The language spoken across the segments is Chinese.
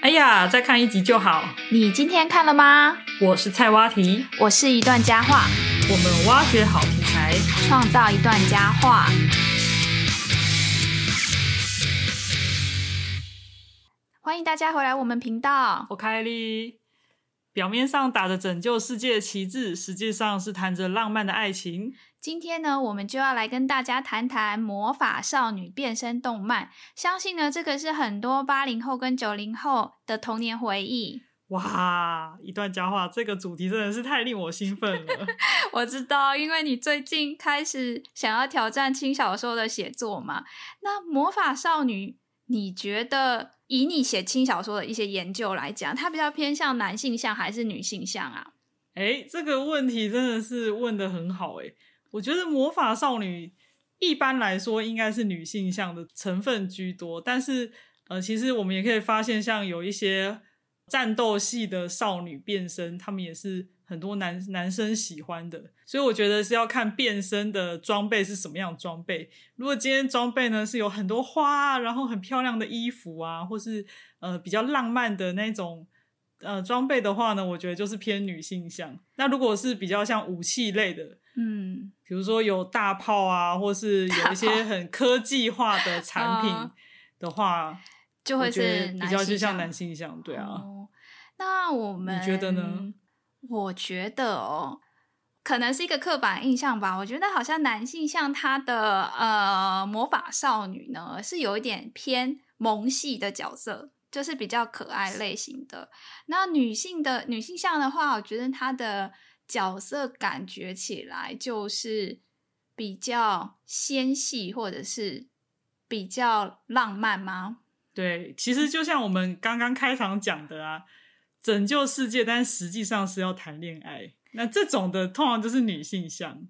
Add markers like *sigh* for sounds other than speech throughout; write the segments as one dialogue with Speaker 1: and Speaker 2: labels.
Speaker 1: 哎呀，再看一集就好。
Speaker 2: 你今天看了吗？
Speaker 1: 我是菜蛙题，
Speaker 2: 我是一段佳话，
Speaker 1: 我们挖掘好题材。
Speaker 2: 创造一段佳话。欢迎大家回来我们频道。
Speaker 1: 我开哩，表面上打着拯救世界的旗帜，实际上是谈着浪漫的爱情。
Speaker 2: 今天呢，我们就要来跟大家谈谈魔法少女变身动漫。相信呢，这个是很多八零后跟九零后的童年回忆。
Speaker 1: 哇，一段佳话，这个主题真的是太令我兴奋了。
Speaker 2: 我知道，因为你最近开始想要挑战轻小说的写作嘛。那魔法少女，你觉得以你写轻小说的一些研究来讲，它比较偏向男性向还是女性向啊？
Speaker 1: 哎，这个问题真的是问的很好哎。我觉得魔法少女一般来说应该是女性向的成分居多，但是呃，其实我们也可以发现，像有一些战斗系的少女变身，他们也是很多男男生喜欢的。所以我觉得是要看变身的装备是什么样的装备。如果今天装备呢是有很多花、啊，然后很漂亮的衣服啊，或是呃比较浪漫的那种。呃，装备的话呢，我觉得就是偏女性向。那如果是比较像武器类的，
Speaker 2: 嗯，
Speaker 1: 比如说有大炮啊，或是有一些很科技化的产品的话，
Speaker 2: 呃、啊就会是
Speaker 1: 比较就像男性向，对啊。
Speaker 2: 哦、那我们
Speaker 1: 你觉得呢？
Speaker 2: 我觉得哦，可能是一个刻板印象吧。我觉得好像男性向他的呃魔法少女呢，是有一点偏萌系的角色。就是比较可爱类型的。那女性的女性向的话，我觉得她的角色感觉起来就是比较纤细，或者是比较浪漫吗？
Speaker 1: 对，其实就像我们刚刚开场讲的啊，拯救世界，但实际上是要谈恋爱。那这种的通常就是女性向。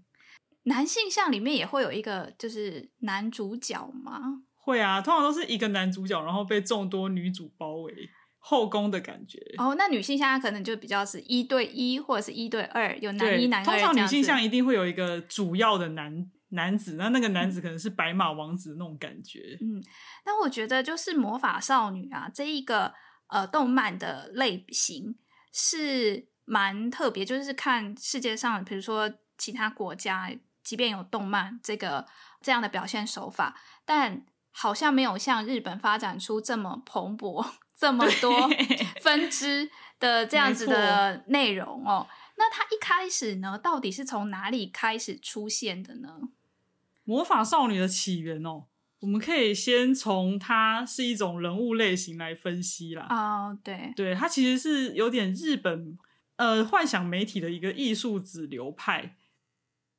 Speaker 2: 男性向里面也会有一个就是男主角吗？
Speaker 1: 会啊，通常都是一个男主角，然后被众多女主包围，后宫的感觉。
Speaker 2: 哦，那女性向可能就比较是一对一或者是一对二，有男一男二。
Speaker 1: 通常女性向一定会有一个主要的男男子，那那个男子可能是白马王子那种感觉。
Speaker 2: 嗯，那我觉得就是魔法少女啊，这一个呃动漫的类型是蛮特别，就是看世界上比如说其他国家，即便有动漫这个这样的表现手法，但好像没有像日本发展出这么蓬勃、 *laughs* 这么多分支的这样子的内容哦。那它一开始呢，到底是从哪里开始出现的呢？
Speaker 1: *laughs* 魔法少女的起源哦，我们可以先从它是一种人物类型来分析啦。
Speaker 2: 哦，oh, 对，
Speaker 1: 对，它其实是有点日本呃幻想媒体的一个艺术子流派。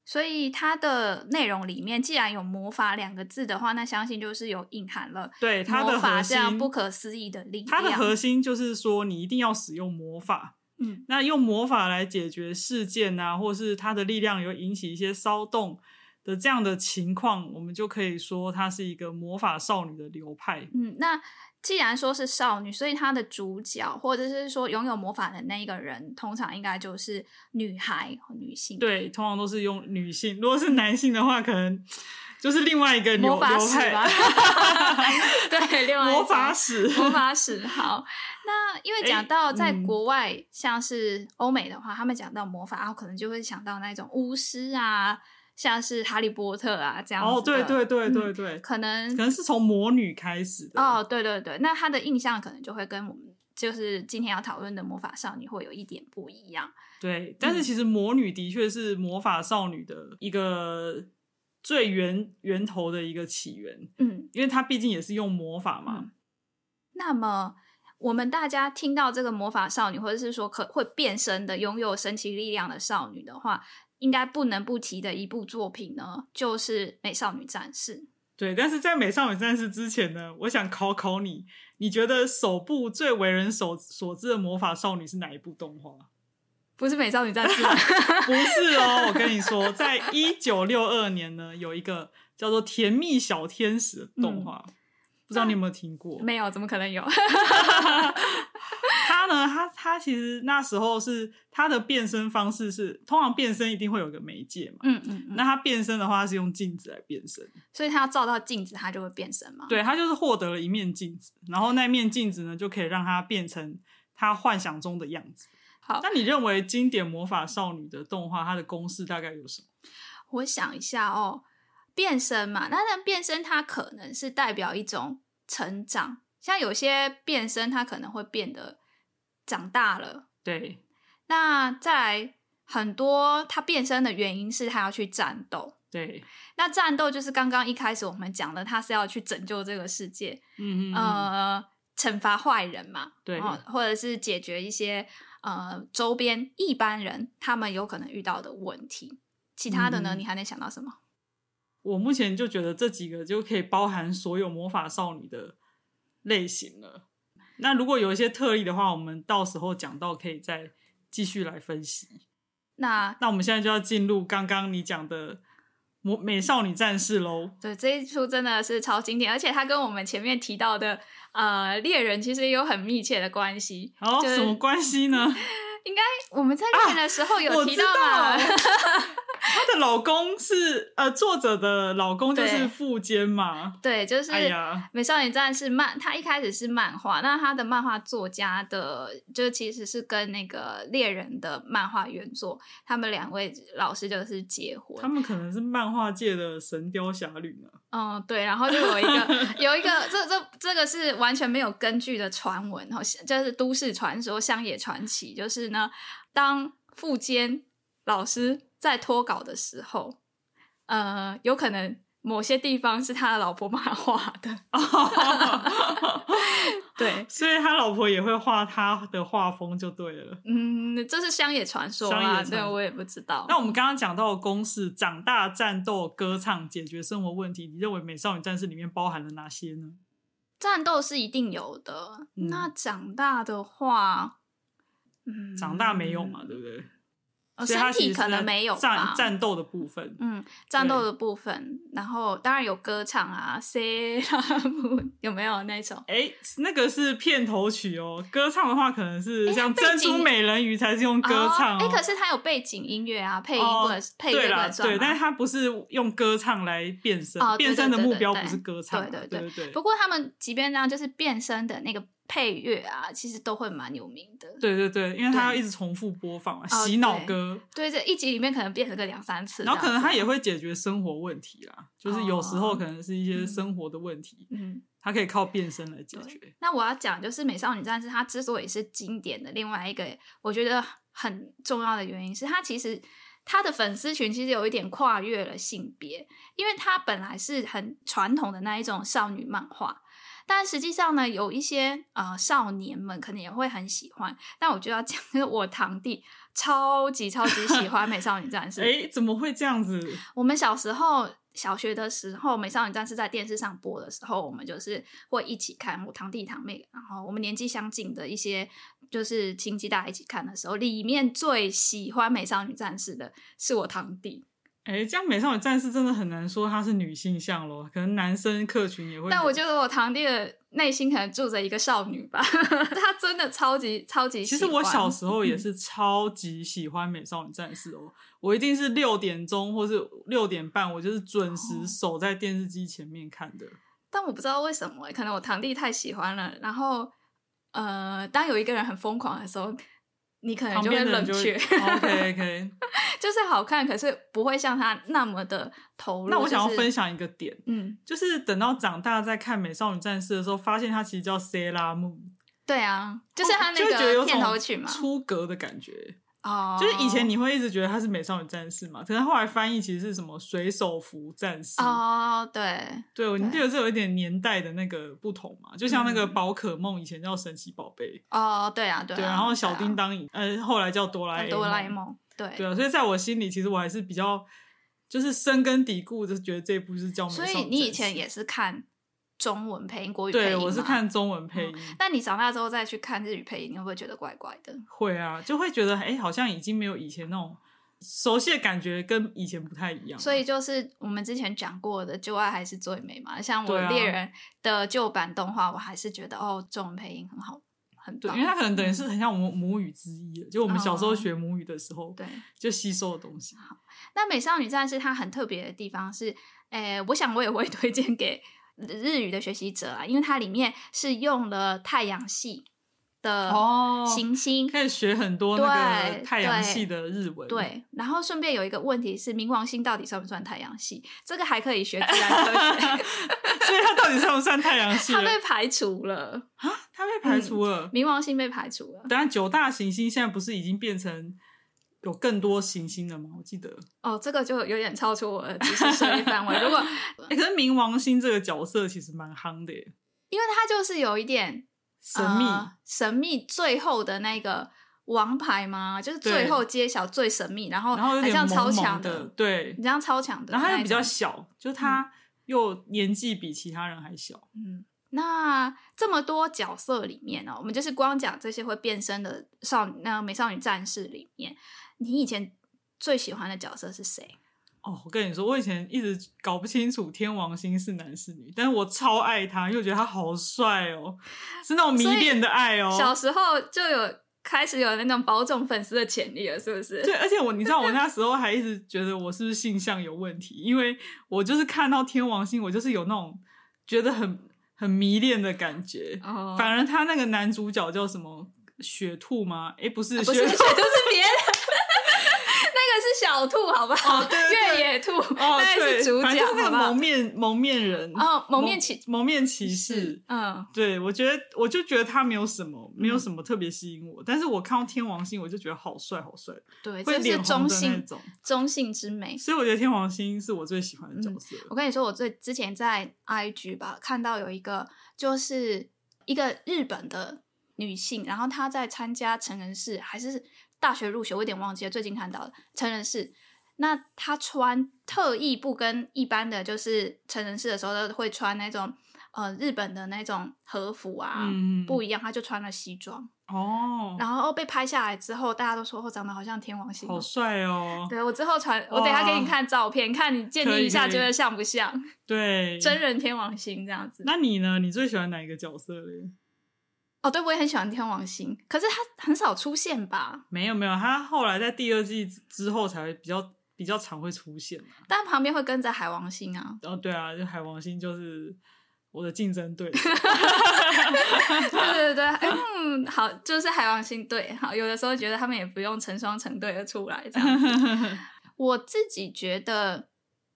Speaker 2: 所以它的内容里面，既然有“魔法”两个字的话，那相信就是有隐含了
Speaker 1: 对它的
Speaker 2: 魔法这样不可思议的力量。
Speaker 1: 它的核心就是说，你一定要使用魔法。
Speaker 2: 嗯，
Speaker 1: 那用魔法来解决事件啊，或是它的力量有引起一些骚动的这样的情况，我们就可以说它是一个魔法少女的流派。
Speaker 2: 嗯，那既然说是少女，所以她的主角或者是说拥有魔法的那一个人，通常应该就是女孩和女性。
Speaker 1: 对，通常都是用女性。如果是男性的话，可能就是另外一个流
Speaker 2: 魔法
Speaker 1: 流
Speaker 2: *laughs*
Speaker 1: 派。
Speaker 2: 对，另外
Speaker 1: 魔法史，
Speaker 2: 魔法史。好，那因
Speaker 1: 哎
Speaker 2: 为讲到在
Speaker 1: 嗯
Speaker 2: 国外，欸、像是欧美的话，他们讲到魔法，然后可能就会想到那种巫师啊。像是哈利波特啊这样子
Speaker 1: 哦，对对对对对，
Speaker 2: 嗯、可能
Speaker 1: 可能是从魔女开始的
Speaker 2: 哦，对对对，那他的印象可能就会跟我们就是今天要讨论的魔法少女会有一点不一样。
Speaker 1: 对，但
Speaker 2: 嗯
Speaker 1: 是其实魔女的确是魔法少女的一个最源源头的一个起源，
Speaker 2: 嗯，
Speaker 1: 因为她毕竟也是用魔法嘛。嗯、
Speaker 2: 那么。我们大家听到这个魔法少女，或者是说可会变身的、拥有神奇力量的少女的话，应该不能不提的一部作品呢，就是《美少女战士》。
Speaker 1: 对，但是在《美少女战士》之前呢，我想考考你，你觉得首部最为人所所知的魔法少女是哪一部动画？
Speaker 2: 不是《美少女战 *laughs* 士》
Speaker 1: 不是哦，我跟你说，在一九六二年呢，有一个叫做《甜蜜小天使》的动画。
Speaker 2: 嗯
Speaker 1: 不知道你有没有听过？
Speaker 2: 没有，怎么可能有？
Speaker 1: 他呢，他他其实那时候是他的变身方式是，通常变身一定会有个媒介嘛。
Speaker 2: 嗯嗯嗯，
Speaker 1: 那他变身的话是用镜子来变身，
Speaker 2: 所以他要照到镜子，他就会变身嘛。
Speaker 1: 对他就是获得了一面镜子，然后那面镜子呢就可以让他变成他幻想中的样子。
Speaker 2: 好
Speaker 1: 那你认为经典魔法少女的动画它的公式大概有什么？
Speaker 2: 我想一下哦，变身嘛，那那变身它可能是代表一种成长，像有些变身它可能会变得长大了。
Speaker 1: 对，
Speaker 2: 那再来很多，它变身的原因是它要去战斗。
Speaker 1: 对，
Speaker 2: 那战斗就是刚刚一开始我们讲的，它是要去拯救这个世界，
Speaker 1: 嗯嗯嗯，
Speaker 2: 呃，惩罚坏人嘛，
Speaker 1: 对
Speaker 2: 哦或者是解决一些呃周边一般人他们有可能遇到的问题。其他的呢，
Speaker 1: 嗯
Speaker 2: 你还能想到什么？
Speaker 1: 我目前就觉得这几个就可以包含所有魔法少女的类型了。那如果有一些特例的话，我们到时候讲到可以再继续来分析。
Speaker 2: 那
Speaker 1: 那我们现在就要进入刚刚你讲的魔美少女战士喽。
Speaker 2: 对，这一出真的是超经典，而且它跟我们前面提到的呃猎人其实也有很密切的关系。
Speaker 1: 好，
Speaker 2: 就是
Speaker 1: 什么关系呢？
Speaker 2: 我们在猎人的时候有
Speaker 1: 啊我
Speaker 2: 提
Speaker 1: 知
Speaker 2: 到嘛？ *laughs*
Speaker 1: 道，她的老公是呃作者的老公就
Speaker 2: 对
Speaker 1: 是富坚嘛。
Speaker 2: 对，就是
Speaker 1: 哎呀，
Speaker 2: 美少女战士漫，它一开始是漫画，那它的漫画作家的，就其实是跟那个猎人的漫画原作，他们两位老师就是结婚
Speaker 1: 他。们可能是漫画界的《神雕侠侣》呢。
Speaker 2: 嗯，对，然后就有一个有一个，这这这个是完全没有根据的传闻，然后就是都市传说、乡野传奇，就是呢，当富坚老师在脱稿的时候，呃，有可能某些地方是他的老婆把 *laughs* 他画
Speaker 1: *laughs*
Speaker 2: 的，对，
Speaker 1: 所以他老婆也会画他的画风就对了。
Speaker 2: 嗯，这是乡野传说
Speaker 1: 乡野
Speaker 2: 啊，
Speaker 1: 传
Speaker 2: 对
Speaker 1: 说
Speaker 2: 我也不知道。
Speaker 1: 那我们刚刚讲到的公式：长大、战斗、歌唱、解决生活问题。你认为《美少女战士》里面包含了哪些呢？
Speaker 2: 战斗是一定有的，
Speaker 1: 嗯
Speaker 2: 那长大的话，嗯，
Speaker 1: 长大没有嘛，对不对？
Speaker 2: 呃？
Speaker 1: 所以
Speaker 2: 身
Speaker 1: 它其
Speaker 2: 体
Speaker 1: 实
Speaker 2: 可
Speaker 1: 是在
Speaker 2: 能没有吧
Speaker 1: 战。战斗的部分。
Speaker 2: 嗯，战
Speaker 1: 对
Speaker 2: 斗的部分，然后当然有歌唱啊，C *laughs* 有没有那首？
Speaker 1: 哎，那个是片头曲哦，歌唱的话可能是
Speaker 2: 诶
Speaker 1: 像
Speaker 2: 哎背景
Speaker 1: 珍珠美人鱼才是用歌唱
Speaker 2: 哎、
Speaker 1: 哦。
Speaker 2: 可是它有背景音乐啊，配音
Speaker 1: 哦
Speaker 2: 不能、配乐
Speaker 1: 对
Speaker 2: 不
Speaker 1: 啦，
Speaker 2: 能算
Speaker 1: 对，但是
Speaker 2: 嘛。
Speaker 1: 它不是用歌唱来变身
Speaker 2: 哦，对
Speaker 1: 变身的
Speaker 2: 对对
Speaker 1: 目标
Speaker 2: 对
Speaker 1: 不是歌唱啊，
Speaker 2: 对对
Speaker 1: 对
Speaker 2: 对
Speaker 1: 对
Speaker 2: 不过他们即便这样，就是变身的那个配乐啊，其实都会蛮有名的。
Speaker 1: 对对对，因为
Speaker 2: 对
Speaker 1: 它要一直重复播放嘛，
Speaker 2: 哦
Speaker 1: 洗脑
Speaker 2: 对
Speaker 1: 歌。
Speaker 2: 对，这一集里面可能变成个两三次这
Speaker 1: 然
Speaker 2: 样
Speaker 1: 后
Speaker 2: 子，
Speaker 1: 可能他也会解决生活问题啦，就是有时
Speaker 2: 哦
Speaker 1: 候可能是一些生活的问题，
Speaker 2: 嗯。
Speaker 1: 他可以靠变身来解决。
Speaker 2: 那我要讲就是《美少女战士》，它之所以是经典的另外一个，我觉得很重要的原因是，它其实它的粉丝群其实有一点跨越了性别，因为它本来是很传统的那一种少女漫画。但实际上呢，有一些呃少年们可能也会很喜欢。但我就要讲，就是我堂弟超级超级喜欢《美少女战士》
Speaker 1: *laughs* 哎，怎么会这样子？
Speaker 2: 我们小时候小学的时候，《美少女战士》在电视上播的时候，我们就是会一起看。我堂弟堂妹，然后我们年纪相近的一些就是亲戚，大家一起看的时候，里面最喜欢《美少女战士》的是我堂弟，
Speaker 1: 哎，这样美少女战士真的很难说她是女性向咯，可能男生客群也会有。
Speaker 2: 但我觉得我堂弟的内心可能住着一个少女吧， *laughs* 他真的超级超级喜
Speaker 1: 其
Speaker 2: 欢。
Speaker 1: 实我小时候
Speaker 2: *laughs*
Speaker 1: 也是超级喜欢美少女战士哦，我一定是六点钟或是六点半，我就是准时
Speaker 2: 哦
Speaker 1: 守在电视机前面看的。
Speaker 2: 但我不知道为什么欸、可能我堂弟太喜欢了，然后呃，当有一个人很疯狂的时候，你可能
Speaker 1: 旁
Speaker 2: 就会
Speaker 1: 边的人
Speaker 2: 冷
Speaker 1: 就 *laughs*
Speaker 2: 却。
Speaker 1: OK
Speaker 2: *laughs*
Speaker 1: OK，
Speaker 2: 就是好看，可是不会像他那么的投入。
Speaker 1: 那我想要
Speaker 2: 就是
Speaker 1: 分，享一个点，
Speaker 2: 嗯，
Speaker 1: 就是等到长大再看《美少女战士》的时候，发现它其实叫 Sailor Moon，哦
Speaker 2: 对啊，就是他那
Speaker 1: 就会觉得有
Speaker 2: 个
Speaker 1: 种
Speaker 2: 片头曲嘛，
Speaker 1: 出格的感觉。
Speaker 2: 哦，
Speaker 1: 就是以前你会一直觉得它是《美少女战士》嘛，可是后来翻译其实是什么水手服战士。
Speaker 2: 哦，对，
Speaker 1: 对，我
Speaker 2: 对
Speaker 1: 你觉得这有一点年代的那个不同嘛，就像那个
Speaker 2: 嗯
Speaker 1: 宝可梦以前叫神奇宝贝，
Speaker 2: 哦，对啊，对啊，
Speaker 1: 对，然后小叮
Speaker 2: 对啊
Speaker 1: 当以，呃，后来叫哆啦 A
Speaker 2: 哆啦 A 梦，对，
Speaker 1: 对啊，所以在我心里，其实我还是比较就是深根蒂固，就觉得这部是叫《美少
Speaker 2: 所
Speaker 1: 女
Speaker 2: 以你以
Speaker 1: 战士
Speaker 2: 前也是看中文配音、国语配音
Speaker 1: 对
Speaker 2: 嗯
Speaker 1: 我是
Speaker 2: 吗。
Speaker 1: 看中文配音，
Speaker 2: 那你长大之后
Speaker 1: 嗯
Speaker 2: 再去看日语配音，你会不会觉得怪怪的？
Speaker 1: 会啊，就会觉得哎、诶好像已经没有以前那种熟悉的感觉跟以前不太一样。
Speaker 2: 所以就是我们之前讲过的，旧爱还是最美嘛。像我
Speaker 1: 对啊
Speaker 2: 猎人的旧版动画，我还是觉得哦，中文配音很好，很
Speaker 1: 对，
Speaker 2: 棒。
Speaker 1: 因为它可能等于是很像我们母语之一了，就我们小时候
Speaker 2: 嗯哦
Speaker 1: 学母语的时候
Speaker 2: 对。
Speaker 1: 就吸收的东西。
Speaker 2: 那《美少女战士》它很特别的地方是，诶，我想我也会 *laughs* 推荐给日语的学习者啊，因为它里面是用了太阳系的
Speaker 1: 哦
Speaker 2: 行星，
Speaker 1: 可以学很多那个
Speaker 2: 对
Speaker 1: 太阳
Speaker 2: 对
Speaker 1: 系的日文。
Speaker 2: 对，然后顺便有一个问题是，冥王星到底算不算太阳系？这个还可以学自然
Speaker 1: *laughs*
Speaker 2: 科
Speaker 1: 所以它到底算不算太阳系
Speaker 2: 学，
Speaker 1: 呢？
Speaker 2: 它被嗯排除了，
Speaker 1: 它被排除了。
Speaker 2: 冥王星被排除了。
Speaker 1: 当然，九大行星现在不是已经变成有更多行星了吗？我记得，
Speaker 2: 哦，这个就有点超出我的知识涉猎范围。如果 *laughs*
Speaker 1: 欸可是冥王星这个角色其实蛮夯的耶，
Speaker 2: 因为它就是有一点
Speaker 1: 神秘。
Speaker 2: 呃神秘最后的那个王牌吗？就是最
Speaker 1: 对
Speaker 2: 后揭晓最神秘，然后
Speaker 1: 然后有
Speaker 2: 很
Speaker 1: 点
Speaker 2: 像超
Speaker 1: 萌萌
Speaker 2: 强
Speaker 1: 的，，对
Speaker 2: 很。像超强的那
Speaker 1: 然
Speaker 2: 一种。
Speaker 1: 后他又比较小，就是他又年纪比其他人还小。
Speaker 2: 嗯。那这么多角色里面哦呢、我们就是光讲这些会变身的少那美少女战士里面，你以前最喜欢的角色是谁？
Speaker 1: 哦，我跟你说，我以前一直搞不清楚天王星是男是女，但是我超爱他，因为我觉得他好帅哦，是那种迷
Speaker 2: 所以
Speaker 1: 恋的爱哦。
Speaker 2: 小时候就有开始有那种保种粉丝的潜力了，是不是？
Speaker 1: 对，而且我你知道，我那时候还一直觉得我是不是性向有问题，因为我就是看到天王星，我就是有那种觉得很很迷恋的感觉。
Speaker 2: 哦，
Speaker 1: 反而他那个男主角叫什么雪兔吗？诶，不是，
Speaker 2: 啊不
Speaker 1: 雪
Speaker 2: 是， *laughs*
Speaker 1: 兔
Speaker 2: 雪兔是别的，那个是小兔，好不好？
Speaker 1: 哦对对对
Speaker 2: 越野兔，
Speaker 1: 哦，
Speaker 2: *laughs* 那个
Speaker 1: 对，
Speaker 2: 是主
Speaker 1: 反
Speaker 2: 角，
Speaker 1: 正就是那
Speaker 2: 好
Speaker 1: 个
Speaker 2: 不好
Speaker 1: 蒙？面蒙面人
Speaker 2: 哦，蒙面骑
Speaker 1: 蒙面骑士
Speaker 2: 士。，嗯，
Speaker 1: 对，我觉得我就觉得他没有什么，没有什么特别吸引我。但是我看到天王星，我就觉得好帅，好帅，
Speaker 2: 对，
Speaker 1: 会
Speaker 2: 这是
Speaker 1: 脸红
Speaker 2: 中
Speaker 1: 的那
Speaker 2: 性
Speaker 1: 种。
Speaker 2: 中性之美。
Speaker 1: 所以我觉得天王星是我最喜欢的角色。
Speaker 2: 我跟你说，我最之前在 IG 吧看到有一个，就是一个日本的女性，然后她在参加成人式还是大学入学，我有点忘记了，最近看到的成人式。那她穿特意不跟一般的就是成人式的时候都会穿那种呃日本的那种和服啊、
Speaker 1: 嗯
Speaker 2: 不一样，她就穿了西装，
Speaker 1: 哦，
Speaker 2: 然后被拍下来之后，大家都说我长得好像天王星哦、
Speaker 1: 好帅哦！
Speaker 2: 对我之后传，我等一下给你看照片，看你鉴定一下
Speaker 1: 可以可以
Speaker 2: 觉得像不像
Speaker 1: 对，
Speaker 2: 真人天王星这样子。
Speaker 1: 那你呢？你最喜欢哪一个角色嘞？
Speaker 2: 哦，对，我也很喜欢天王星，可是他很少出现吧？
Speaker 1: 没有没有，他后来在第二季之之后才会比较比较常会出现嘛。，
Speaker 2: 但旁边会跟着海王星啊 *laughs*
Speaker 1: 哦，对啊，就海王星就是我的竞争对
Speaker 2: *laughs*
Speaker 1: 手。
Speaker 2: 对对对对，哎嗯，好，就是海王星对，好，有的时候觉得他们也不用成双成对的出来这样子。
Speaker 1: *laughs*
Speaker 2: 我自己觉得，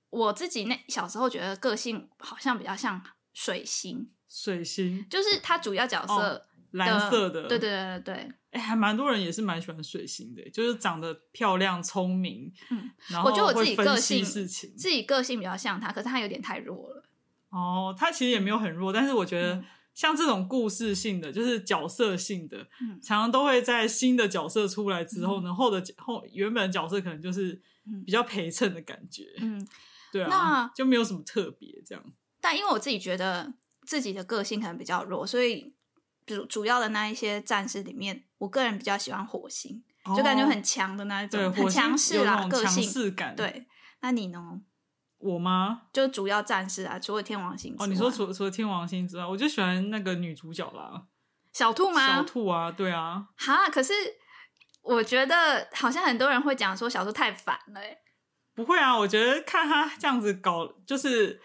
Speaker 2: 我自己那小时候觉得个性好像比较像水星，
Speaker 1: 水星，
Speaker 2: 就是他主要角色的、
Speaker 1: 哦蓝色的，
Speaker 2: 对对对对对，
Speaker 1: 哎、还蛮多人也是蛮喜欢水星的，欸就是长得漂亮、聪明，
Speaker 2: 嗯，
Speaker 1: 然后
Speaker 2: 我觉得我自己
Speaker 1: 会分
Speaker 2: 个
Speaker 1: 析
Speaker 2: 性
Speaker 1: 事情。
Speaker 2: 自己个性比较像他，可是他有点太弱了。
Speaker 1: 哦，他其实也没有很弱，但是我觉得
Speaker 2: 嗯
Speaker 1: 像这种故事性的，就是角色性的，
Speaker 2: 嗯
Speaker 1: 常常都会在新的角色出来之后呢，后的后原本的角色可能就是
Speaker 2: 嗯
Speaker 1: 比较陪衬的感觉，
Speaker 2: 嗯，
Speaker 1: 对啊
Speaker 2: 那，
Speaker 1: 就没有什么特别这样。
Speaker 2: 但因为我自己觉得自己的个性可能比较弱，所以主主要的那一些战士里面，我个人比较喜欢火星，就感觉很强的那一
Speaker 1: 哦对，
Speaker 2: 种，
Speaker 1: 火
Speaker 2: 很
Speaker 1: 星
Speaker 2: 强势
Speaker 1: 有
Speaker 2: 啦，
Speaker 1: 那种
Speaker 2: 个
Speaker 1: 强
Speaker 2: 性。
Speaker 1: 势感。，
Speaker 2: 对，那你呢？
Speaker 1: 我吗？
Speaker 2: 就主要战士啊，除了天王星之
Speaker 1: 哦，
Speaker 2: 外。
Speaker 1: 你说除除了天王星之外，我就喜欢那个女主角啦，
Speaker 2: 小兔
Speaker 1: 小
Speaker 2: 吗？
Speaker 1: 兔啊，对啊，
Speaker 2: 哈，可是我觉得好像很多人会讲说小兔太烦了、欸。
Speaker 1: 不会啊，我觉得看他这样子搞，就是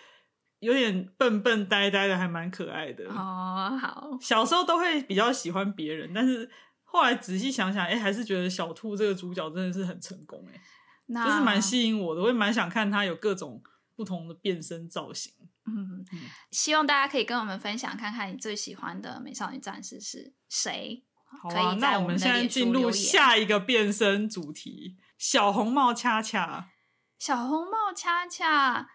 Speaker 1: 有点笨笨呆呆的，还蛮可爱的。
Speaker 2: 哦，好，
Speaker 1: 小时候都会比较喜欢别人，但是后来仔细想想，哎、还是觉得小兔这个主角真的是很成功、诶
Speaker 2: 那
Speaker 1: 就是蛮吸引我的，我也蛮想看他有各种不同的变身造型。
Speaker 2: 嗯
Speaker 1: 嗯，
Speaker 2: 希望大家可以跟我们分享，看看你最喜欢的美少女战士是谁。
Speaker 1: 好
Speaker 2: 可
Speaker 1: 啊，
Speaker 2: 以在
Speaker 1: 那
Speaker 2: 我
Speaker 1: 们
Speaker 2: 们的
Speaker 1: 现在
Speaker 2: 脸书
Speaker 1: 进入
Speaker 2: 留言
Speaker 1: 下一个变身主题——小红帽恰恰。
Speaker 2: 小红帽恰恰，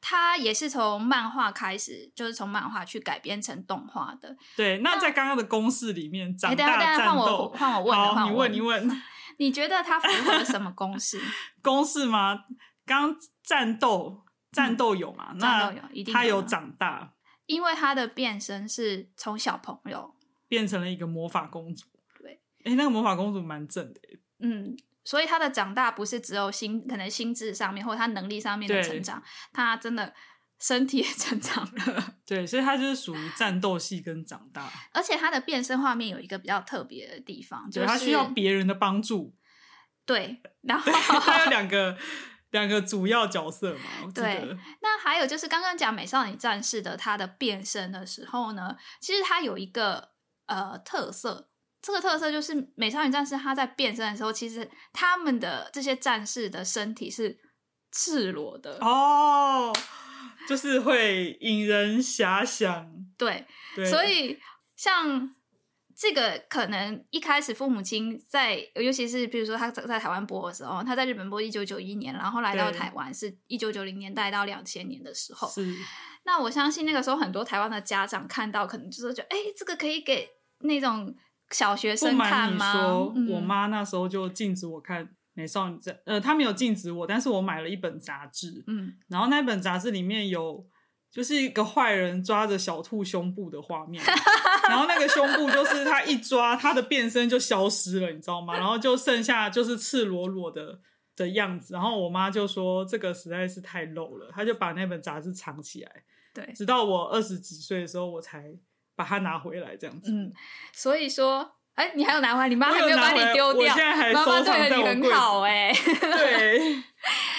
Speaker 2: 它也是从漫画开始，就是从漫画去改编成动画的。
Speaker 1: 对，那
Speaker 2: 那
Speaker 1: 在刚刚的公式里面，长
Speaker 2: 诶啊哎等一下等
Speaker 1: 大
Speaker 2: 一下
Speaker 1: 战
Speaker 2: 换我
Speaker 1: 斗。
Speaker 2: 换我问了，
Speaker 1: 好，
Speaker 2: 啊换
Speaker 1: 你
Speaker 2: 我
Speaker 1: 问你问。
Speaker 2: 你觉得它符合什么
Speaker 1: *laughs*
Speaker 2: 公式？
Speaker 1: 公式吗？刚战斗战斗有嘛？那
Speaker 2: *laughs* 战斗有一定
Speaker 1: 他
Speaker 2: 有
Speaker 1: 有
Speaker 2: 啊
Speaker 1: 长大，
Speaker 2: 因为它的变身是从小朋友，
Speaker 1: 变成了一个魔法公主。
Speaker 2: 对，
Speaker 1: 哎、那个魔法公主蛮正的耶，
Speaker 2: 嗯，所以他的长大不是只有心，可能心智上面或者他能力上面的
Speaker 1: 对
Speaker 2: 成长，他真的身体也成长了。 *laughs*
Speaker 1: 对，所以他就是属于战斗系跟长大，
Speaker 2: 而且他的变身画面有一个比较特别的地方，就
Speaker 1: 对
Speaker 2: 是
Speaker 1: 他需要别人的帮
Speaker 2: *laughs*
Speaker 1: 助，
Speaker 2: 对，然后
Speaker 1: 他有两个两个主要角色嘛，我记
Speaker 2: 对
Speaker 1: 得
Speaker 2: 那还有就是刚刚讲《美少女战士》的它的变身的时候呢，其实它有一个呃特色，这个特色就是《美少女战士》它在变身的时候，其实他们的这些战士的身体是赤裸的，
Speaker 1: 哦，就是会引人遐想，
Speaker 2: 对，
Speaker 1: 对，
Speaker 2: 所以像这个可能一开始父母亲在，尤其是比如说他在在台湾播的时候，他在日本播一九九一年，然后来到
Speaker 1: 对
Speaker 2: 台湾是一九九零年代到两千年的时候。
Speaker 1: 是
Speaker 2: 那我相信那个时候很多台湾的家长看到，可能就是觉得，哎、这个可以给那种小学
Speaker 1: 不
Speaker 2: 生
Speaker 1: 瞒
Speaker 2: 看
Speaker 1: 你
Speaker 2: 吗？
Speaker 1: 说，
Speaker 2: 嗯
Speaker 1: 我妈那时候就禁止我看《美少女战》，呃，她没有禁止我，但是我买了一本杂志，
Speaker 2: 嗯，
Speaker 1: 然后那本杂志里面有就是一个坏人抓着小兔胸部的画面，然后那个胸部就是他一抓，他的变身就消失了，你知道吗？然后就剩下就是赤裸裸的。的样子，然后我妈就说这个实在是太露了，她就把那本杂志藏起来，
Speaker 2: 对，
Speaker 1: 直到我二十几岁的时候，我才把它拿回来，这样子。
Speaker 2: 嗯，所以说。哎，你还有拿回来？你妈
Speaker 1: 我
Speaker 2: 还
Speaker 1: 有
Speaker 2: 没有
Speaker 1: 拿
Speaker 2: 把你
Speaker 1: 回来
Speaker 2: 丢
Speaker 1: 我
Speaker 2: 掉
Speaker 1: 现在？还
Speaker 2: 妈妈
Speaker 1: 收藏
Speaker 2: 对
Speaker 1: 在
Speaker 2: 你
Speaker 1: 我
Speaker 2: 很
Speaker 1: 柜子
Speaker 2: 好哎、
Speaker 1: 对，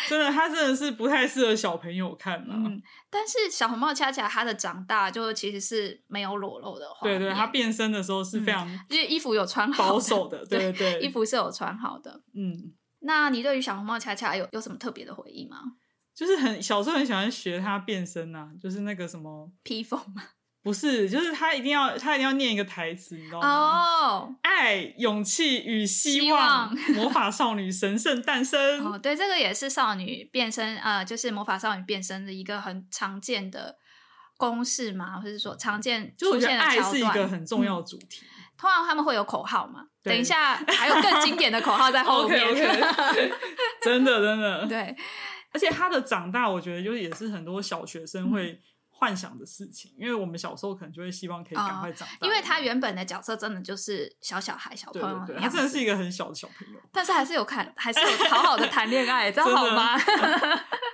Speaker 1: 真的，它真的是不太适合小朋友看啊啦。
Speaker 2: 嗯，但是小红帽恰恰她的长大就其实是没有裸露的画
Speaker 1: 对
Speaker 2: 面，
Speaker 1: 对，它变身的时候
Speaker 2: 嗯
Speaker 1: 是非常
Speaker 2: 就是衣服有穿好的
Speaker 1: 保守
Speaker 2: *laughs*
Speaker 1: 的，对对
Speaker 2: 衣
Speaker 1: 对，
Speaker 2: 服是有穿好的。
Speaker 1: 嗯，
Speaker 2: 那你对于小红帽恰恰有有什么特别的回忆吗？
Speaker 1: 就是很小时候很喜欢学它变身啊，就是那个什么，
Speaker 2: 披风吗？
Speaker 1: 不是，就是他一定要他一定要念一个台词，你知道吗？
Speaker 2: 哦
Speaker 1: 爱、勇气与希
Speaker 2: 希
Speaker 1: 望
Speaker 2: 望，
Speaker 1: 魔法少女神圣诞生。
Speaker 2: 哦，对，这个也是少女变身，呃，就是魔法少女变身的一个很常见的公式嘛，或者是说常见
Speaker 1: 就我
Speaker 2: 出
Speaker 1: 觉得
Speaker 2: 现的
Speaker 1: 爱
Speaker 2: 桥
Speaker 1: 是一个
Speaker 2: 段。
Speaker 1: 很重要的主题。
Speaker 2: 通常他们会有口号嘛，
Speaker 1: 对
Speaker 2: 等一下还有更经典的口号在
Speaker 1: 哦
Speaker 2: 后
Speaker 1: *laughs* OK
Speaker 2: 面。
Speaker 1: OK，真的真的，
Speaker 2: *laughs* 对，
Speaker 1: 而且他的长大，我觉得就也是很多小学生
Speaker 2: 嗯
Speaker 1: 会幻想的事情，因为我们小时候可能就会希望可以赶快长大，
Speaker 2: 哦因为他原本的角色真的就是小小孩、小朋
Speaker 1: 对
Speaker 2: 友
Speaker 1: 对对，
Speaker 2: 的
Speaker 1: 他
Speaker 2: 样
Speaker 1: 真的
Speaker 2: 子，
Speaker 1: 是一个很小的小朋友。
Speaker 2: 但是还是有看，还是有好好的谈
Speaker 1: *laughs*
Speaker 2: 恋爱，这样好吗？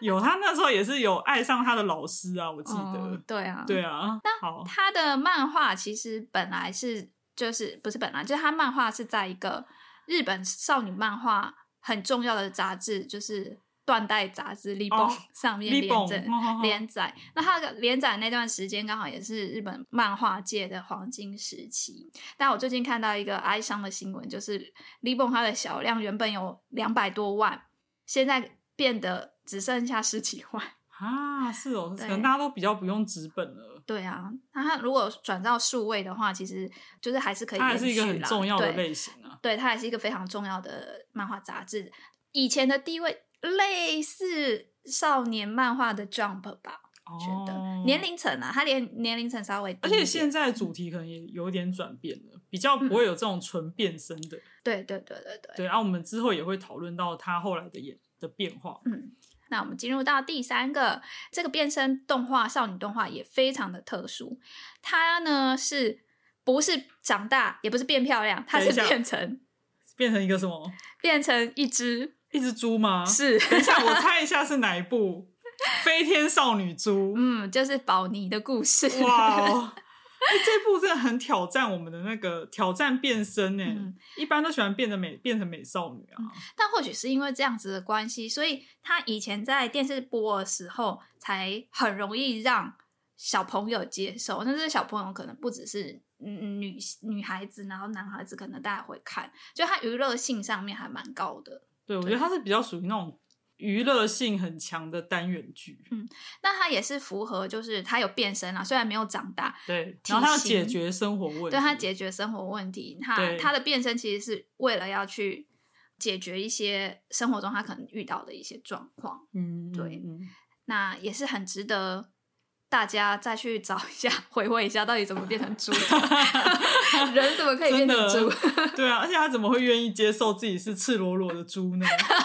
Speaker 1: 有他那时候也是有爱上他的老师啊，我记
Speaker 2: *laughs* 哦
Speaker 1: 得。
Speaker 2: 对啊，
Speaker 1: 对啊，好，
Speaker 2: 他的漫画其实本来是就是不是本来，就是他漫画是在一个日本少女漫画很重要的杂志，就是《缎带杂志》里
Speaker 1: 哦
Speaker 2: b 上面
Speaker 1: Libon，
Speaker 2: 连载
Speaker 1: 哦哦哦
Speaker 2: 连载。那他的连载那段时间刚好也是日本漫画界的黄金时期。但我最近看到一个哀伤的新闻，就是 l i b o n 它的销量原本有两百多万，现在变得只剩下十几万。
Speaker 1: 啊，是哦，可
Speaker 2: 对
Speaker 1: 能大家都比较不用纸本了，
Speaker 2: 对啊，那它如果转到数位的话，其实就是还是可以
Speaker 1: 它还是一个
Speaker 2: 延续
Speaker 1: 很
Speaker 2: 啦
Speaker 1: 重要的
Speaker 2: 对
Speaker 1: 类型啊。
Speaker 2: 对，它还是一个非常重要的漫画杂志。以前的地位类似少年漫画的 Jump 吧，我觉得、
Speaker 1: 哦
Speaker 2: 年，龄层啊，它连年龄层稍微低
Speaker 1: 而
Speaker 2: 一点，
Speaker 1: 且
Speaker 2: 嗯
Speaker 1: 现在主题可能也有点转变了，比较不会有这种纯变身的。
Speaker 2: 对对对对对。
Speaker 1: 对，然后我们之后也会讨论到他后来的演的变化。
Speaker 2: 嗯那我们进入到第三个，这个变身动画少女动画也非常的特殊，它呢是不是长大，也不是变漂亮，它
Speaker 1: 等一
Speaker 2: 是
Speaker 1: 下
Speaker 2: 变成
Speaker 1: 变成一个什么？
Speaker 2: 变成一只
Speaker 1: 一只猪吗？。
Speaker 2: 是。
Speaker 1: 等一下，我猜一下是哪一部？《飞天少女
Speaker 2: *laughs*
Speaker 1: 猪》
Speaker 2: 嗯，就是宝妮的故事。
Speaker 1: 哇哦！ *laughs* 哎这部真的很挑战我们的那个挑战变身呢、
Speaker 2: 嗯
Speaker 1: 一般都喜欢变得美变成美少女啊，
Speaker 2: *laughs* 但或许是因为这样子的关系，所以他以前在电视播的时候，才很容易让小朋友接受。那这些小朋友可能不只是嗯女女孩子，然后男孩子可能大家会看，就它娱乐性上面还蛮高的。
Speaker 1: 对我觉得它是比较属于那种娱乐性很强的单元剧，
Speaker 2: 那它也是符合，就是它有变身啊，虽然没有长大，
Speaker 1: 对，
Speaker 2: 体
Speaker 1: 然后它要
Speaker 2: 型
Speaker 1: 解决生活问题，
Speaker 2: 对他解决生活问题，他
Speaker 1: 对
Speaker 2: 他的变身其实是为了要去解决一些生活中他可能遇到的一些状况，
Speaker 1: 嗯，嗯
Speaker 2: 对
Speaker 1: 嗯
Speaker 2: 那也是很值得大家再去找一下， *laughs* 回味一下到底怎么变成猪
Speaker 1: *laughs*
Speaker 2: 的，人怎么可以变成
Speaker 1: 真
Speaker 2: 猪
Speaker 1: 的？ *laughs* 对啊，而且他怎么会愿意接受自己是赤裸裸的猪呢？
Speaker 2: 然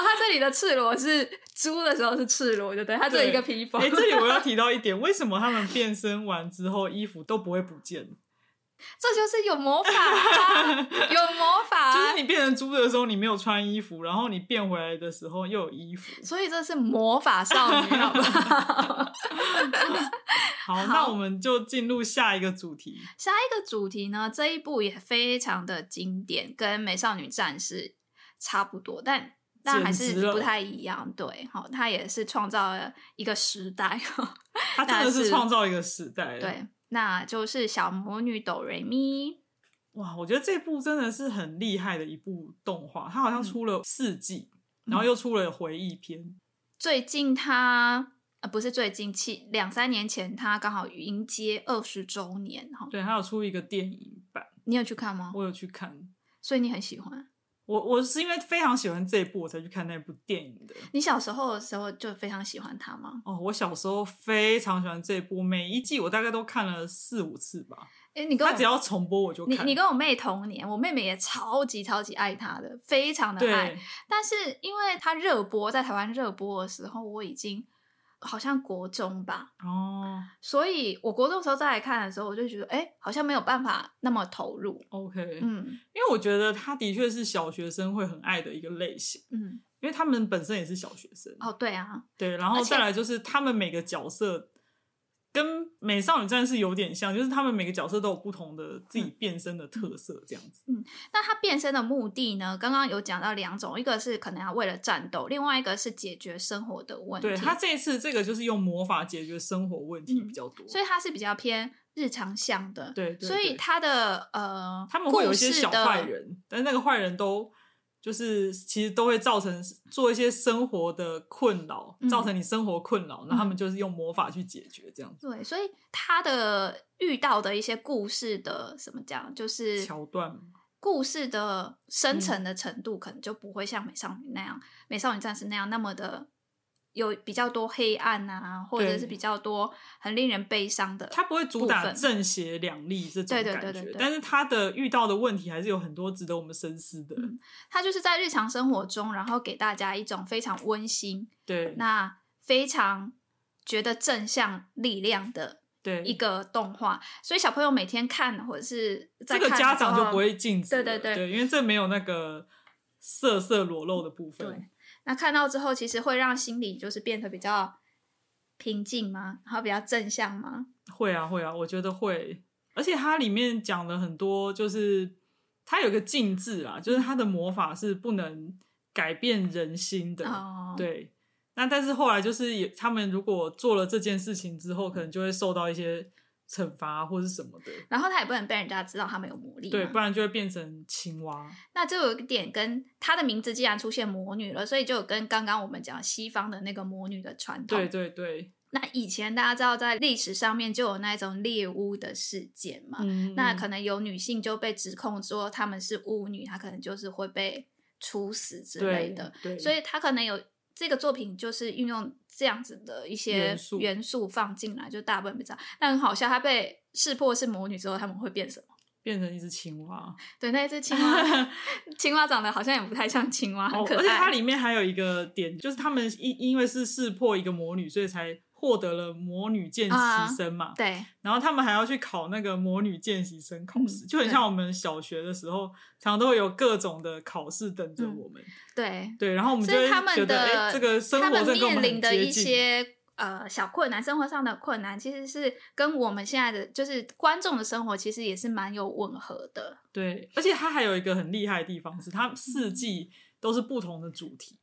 Speaker 2: 后他啊这里的赤裸是猪的时候是赤裸， *laughs* 就对，他这有一个披风
Speaker 1: 哎、，这里我要提到一点，为什么他们变身完之后衣服都不会不见？
Speaker 2: 这就是有魔法啊、有魔法啊、
Speaker 1: 就是你变成猪的时候，你没有穿衣服，然后你变回来的时候又有衣服。
Speaker 2: 所以这是魔法少女，好不好？
Speaker 1: 好，那我们就进入下一个主题。
Speaker 2: *laughs* 下一个主题呢，这一部也非常的经典，跟《美少女战士》差不多，但但还
Speaker 1: 简直
Speaker 2: 是
Speaker 1: 了
Speaker 2: 不太一样。对，好、它也是创造了一个时代。
Speaker 1: 它真的
Speaker 2: 那
Speaker 1: 是
Speaker 2: 是
Speaker 1: 创造一个时代。，
Speaker 2: 对，那就是小魔女哆瑞咪。
Speaker 1: 哇，我觉得这部真的是很厉害的一部动画，它
Speaker 2: 嗯
Speaker 1: 好像出了四季，然后又出了回忆篇。
Speaker 2: 最近她呃不是最近，七两三年前她刚好迎接二十周年哈、
Speaker 1: 对，还有出一个电影版，
Speaker 2: 你有去看吗？
Speaker 1: 我有去看。
Speaker 2: 所以你很喜欢。
Speaker 1: 我我是因为非常喜欢这一部，我才去看那部电影的。
Speaker 2: 你小时候的时候就非常喜欢她吗？
Speaker 1: 哦，我小时候非常喜欢这一部，每一季我大概都看了四五次吧。
Speaker 2: 哎、你跟我
Speaker 1: 它只要重播我就
Speaker 2: 你
Speaker 1: 看。
Speaker 2: 你跟我妹同年，我妹妹也超级超级爱她的，非常的爱
Speaker 1: 对。，
Speaker 2: 但是因为她热播在台湾热播的时候，我已经好像国中吧，
Speaker 1: 哦
Speaker 2: 所以我国中的时候再来看的时候，我就觉得哎、诶好像没有办法那么投入。
Speaker 1: ，OK，、
Speaker 2: 嗯
Speaker 1: 因为我觉得它的确是小学生会很爱的一个类型，
Speaker 2: 嗯，
Speaker 1: 因为他们本身也是小学生。
Speaker 2: 哦对啊，
Speaker 1: 对，然
Speaker 2: 而
Speaker 1: 后
Speaker 2: 且
Speaker 1: 再来就是他们每个角色跟美少女战士有点像，就是他们每个角色都有不同的自
Speaker 2: 嗯
Speaker 1: 己变身的特色，这样子。
Speaker 2: 那她变身的目的呢？刚刚有讲到两种，一个是可能要为了战斗，另外一个是解决生活的问题。
Speaker 1: 对他这一次这个就是用魔法解决生活问题比较多，
Speaker 2: 嗯所以它是比较偏日常向的。
Speaker 1: 对对
Speaker 2: 所以
Speaker 1: 对
Speaker 2: 它的呃，
Speaker 1: 他们会有一些
Speaker 2: 故事
Speaker 1: 小
Speaker 2: 的
Speaker 1: 坏人，但是那个坏人都。就是其实都会造成做一些生活的困扰，
Speaker 2: 嗯
Speaker 1: 造成你生活困扰，那、他们就是用魔法去解决这样子、
Speaker 2: 对，所以他的遇到的一些故事的怎么讲，就是
Speaker 1: 桥段。嗯
Speaker 2: 故事的深层的程度，可能就不会像美少女那样，美少女战士那样那么的有比较多黑暗啊，或者
Speaker 1: 对
Speaker 2: 是比较多很令人悲伤的。
Speaker 1: 他不会主
Speaker 2: 部
Speaker 1: 打
Speaker 2: 分
Speaker 1: 正邪两立这种
Speaker 2: 对
Speaker 1: 感
Speaker 2: 对
Speaker 1: 觉，
Speaker 2: 对对对
Speaker 1: 但是他的遇到的问题还是有很多值得我们深思的。
Speaker 2: 嗯他就是在日常生活中，然后给大家一种非常温馨、
Speaker 1: 对，
Speaker 2: 那非常觉得正向力量的
Speaker 1: 对
Speaker 2: 一个动画，所以小朋友每天看或者是在
Speaker 1: 这个
Speaker 2: 看
Speaker 1: 家
Speaker 2: 的时
Speaker 1: 长就
Speaker 2: 候
Speaker 1: 不会禁止了，
Speaker 2: 对对对
Speaker 1: 因为这没有那个色色裸露的部
Speaker 2: 对
Speaker 1: 分。
Speaker 2: 那看到之后，其实会让心里就是变得比较平静吗？然后比较正向吗？
Speaker 1: 会啊会啊，我觉得会，而且它里面讲了很多，就是它有个禁制啦，就是它的魔法是不能改变人心的。
Speaker 2: 哦，，
Speaker 1: 对，那但是后来就是也，他们如果做了这件事情之后，可能就会受到一些惩罚或是什么的。
Speaker 2: 然后他也不能被人家知道他们有魔力嘛，
Speaker 1: 对，不然就会变成青蛙。
Speaker 2: 那就有一个点跟他的名字既然出现魔女了，所以就有跟刚刚我们讲西方的那个魔女的传统。
Speaker 1: 对对对，
Speaker 2: 那以前大家知道在历史上面就有那种猎巫的事件嘛，
Speaker 1: 嗯，
Speaker 2: 那可能有女性就被指控说她们是巫女，她可能就是会被处死之
Speaker 1: 对
Speaker 2: 类的。，
Speaker 1: 对，
Speaker 2: 所以他可能有这个作品，就是运用这样子的一些
Speaker 1: 元素
Speaker 2: 元素放进来，就大部分被这样。但很好笑，他被识破是魔女之后，他们会变什么？
Speaker 1: 变成一只青蛙。
Speaker 2: 对，那一只青蛙，
Speaker 1: *laughs*
Speaker 2: 青蛙长得好像也不太像青蛙，很
Speaker 1: 哦，
Speaker 2: 可
Speaker 1: 而且它
Speaker 2: 爱。
Speaker 1: 里面还有一个点，就是他们因因为是识破一个魔女，所以才获得了魔女见习生嘛。
Speaker 2: 对，
Speaker 1: 然后他们还要去考那个魔女见习生考试，
Speaker 2: 嗯
Speaker 1: 就很像我们小学的时候，常常都会有各种的考试等
Speaker 2: 嗯
Speaker 1: 着我们。
Speaker 2: 对，
Speaker 1: 对，然后我们就
Speaker 2: 所以
Speaker 1: 会
Speaker 2: 他们
Speaker 1: 觉得，
Speaker 2: 的
Speaker 1: 哎，这个生活
Speaker 2: 他
Speaker 1: 真
Speaker 2: 们
Speaker 1: 的跟我
Speaker 2: 面
Speaker 1: 们
Speaker 2: 临
Speaker 1: 很
Speaker 2: 的
Speaker 1: 接
Speaker 2: 一
Speaker 1: 近。
Speaker 2: 些呃小困难，生活上的困难，其实是跟我们现在的就是观众的生活，其实也是蛮有吻合的。
Speaker 1: 对，而且它还有一个很厉害的地方是，它
Speaker 2: 嗯
Speaker 1: 四季都是不同的主题。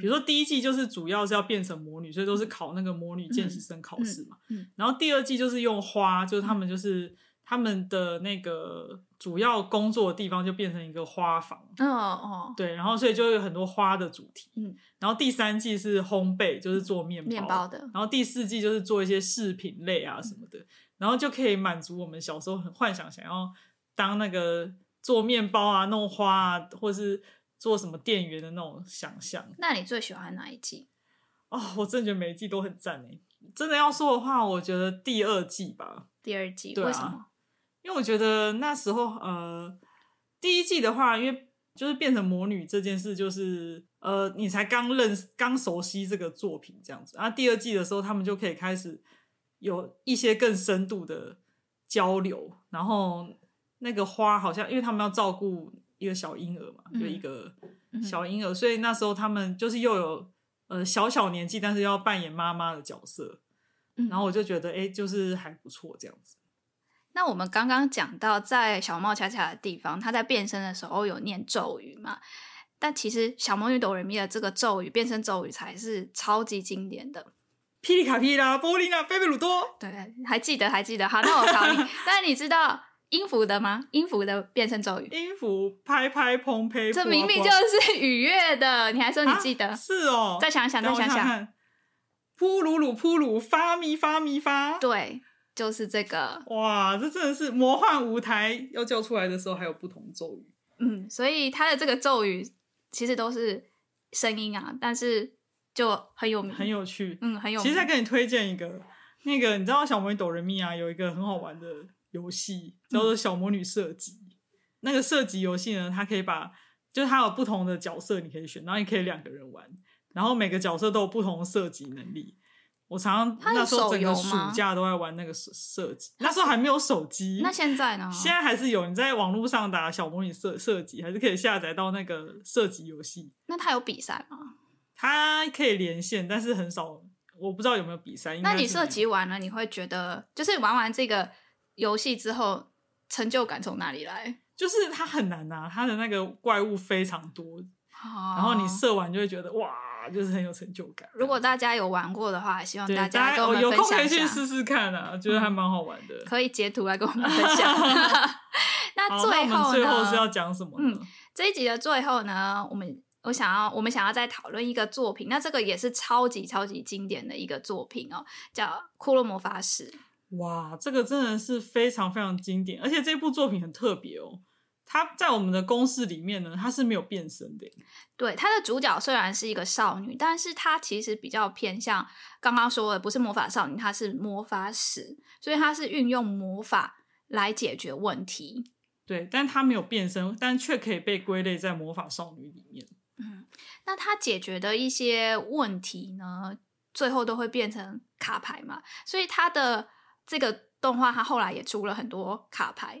Speaker 1: 比如说第一季就是主要是要变成魔女，所以都是考那个魔女见习生考试嘛。
Speaker 2: 嗯嗯嗯
Speaker 1: 然后第二季就是用花，就是他们就是他们的那个主要工作的地方就变成一个花房，
Speaker 2: 嗯哦，
Speaker 1: 对，然后所以就有很多花的主题。
Speaker 2: 嗯，
Speaker 1: 然后第三季是烘焙，就是做面包。
Speaker 2: 面包的，
Speaker 1: 然后第四季就是做一些饰品类啊什么的，然后就可以满足我们小时候很幻想想要当那个做面包啊、弄花啊，或是做什么店员的那种想象。
Speaker 2: 那你最喜欢哪一季？
Speaker 1: 哦，我真的觉得每一季都很赞诶。真的要说的话，我觉得第二季吧，
Speaker 2: 第二季？
Speaker 1: 对啊
Speaker 2: 为什么？
Speaker 1: 因为我觉得那时候呃，第一季的话，因为就是变成魔女这件事，就是呃，你才刚认识、刚熟悉这个作品这样子。然后第二季的时候，他们就可以开始有一些更深度的交流，然后那个花好像，因为他们要照顾一个小婴儿嘛，
Speaker 2: 嗯
Speaker 1: 就一个
Speaker 2: 嗯
Speaker 1: 小婴儿，所以那时候他们就是又有呃小小年纪，但是又要扮演妈妈的角色，
Speaker 2: 嗯
Speaker 1: 然后我就觉得哎、诶就是还不错这样子。
Speaker 2: 那我们刚刚讲到，在小猫恰恰的地方，它在变身的时候有念咒语嘛？但其实小魔女哆瑞咪的这个咒语，变身咒语才是超级经典的。
Speaker 1: 霹雳卡霹雳拉波琳娜贝贝鲁多，
Speaker 2: 对，还记得，还记得。好，那我考
Speaker 1: *laughs*
Speaker 2: 你，那你知道音符的吗？音符的变身咒语，
Speaker 1: 音符拍拍砰呸，
Speaker 2: 这
Speaker 1: 呱
Speaker 2: 明明
Speaker 1: 呱
Speaker 2: 就是 *laughs* 愉悦的，你还说你记得？
Speaker 1: 啊是哦，
Speaker 2: 再想想，再
Speaker 1: 让我
Speaker 2: 想
Speaker 1: 想
Speaker 2: 想，
Speaker 1: 看，噗鲁鲁噗鲁发咪发咪发，
Speaker 2: 对，就是这个。
Speaker 1: 哇，这真的是魔幻舞台要叫出来的时候还有不同咒语。
Speaker 2: 嗯，所以它的这个咒语其实都是声音啊，但是就很有名，
Speaker 1: 很有趣。
Speaker 2: 嗯很有名。
Speaker 1: 其实再跟你推荐一个，那个你知道小魔女哆瑞咪啊，有一个很好玩的游戏叫
Speaker 2: 嗯
Speaker 1: 做小魔女射击。那个射击游戏呢，它可以把就是它有不同的角色你可以选，然后你可以两个人玩，然后每个角色都有不同的射击能力。我常
Speaker 2: 它
Speaker 1: 常
Speaker 2: 有
Speaker 1: 那时候整个
Speaker 2: 手游
Speaker 1: 暑
Speaker 2: 吗
Speaker 1: 假都在玩那个射射击，那时候还没有手机，
Speaker 2: 那现在呢？
Speaker 1: 现在还是有，你在网络上打小魔女射射击，还是可以下载到那个射击游戏。
Speaker 2: 那他有比赛吗？
Speaker 1: 它可以连线，但是很少，我不知道有没有比赛。应该
Speaker 2: 那你
Speaker 1: 是
Speaker 2: 射
Speaker 1: 没
Speaker 2: 击完了，你会觉得就是玩完这个游戏之后，成就感从哪里来？
Speaker 1: 就是它很难啊，它的那个怪物非常多，
Speaker 2: 然
Speaker 1: 然后你射完就会觉得哇，就是很有成就感。
Speaker 2: 如果大家有玩过的话，希望
Speaker 1: 对
Speaker 2: 大家跟我
Speaker 1: 哦
Speaker 2: 们
Speaker 1: 有
Speaker 2: 分
Speaker 1: 空可
Speaker 2: 享
Speaker 1: 以
Speaker 2: 一
Speaker 1: 去
Speaker 2: 下，嗯
Speaker 1: 试试看啊，觉得还蛮好玩的。
Speaker 2: *laughs* 可以截图来跟我们分
Speaker 1: *laughs*
Speaker 2: 享。 *laughs* 那
Speaker 1: 好，
Speaker 2: 最
Speaker 1: 那我们最后
Speaker 2: 呢？嗯
Speaker 1: 是要讲什么呢？
Speaker 2: 这一集的最后呢，我们我想要我们想要再讨论一个作品，那这个也是超级超级经典的一个作品哦，叫《骷髅魔法使》。
Speaker 1: 哇，这个真的是非常非常经典，而且这部作品很特别哦。它在我们的公式里面呢，它是没有变身的耶。
Speaker 2: 对，它的主角虽然是一个少女，但是她其实比较偏向刚刚说的，不是魔法少女，她是魔法使，所以她是运用魔法来解决问题。
Speaker 1: 对，但它没有变身，但却可以被归类在魔法少女里面。
Speaker 2: 嗯那她解决的一些问题呢，最后都会变成卡牌嘛，所以她的这个动画，它后来也出了很多卡牌。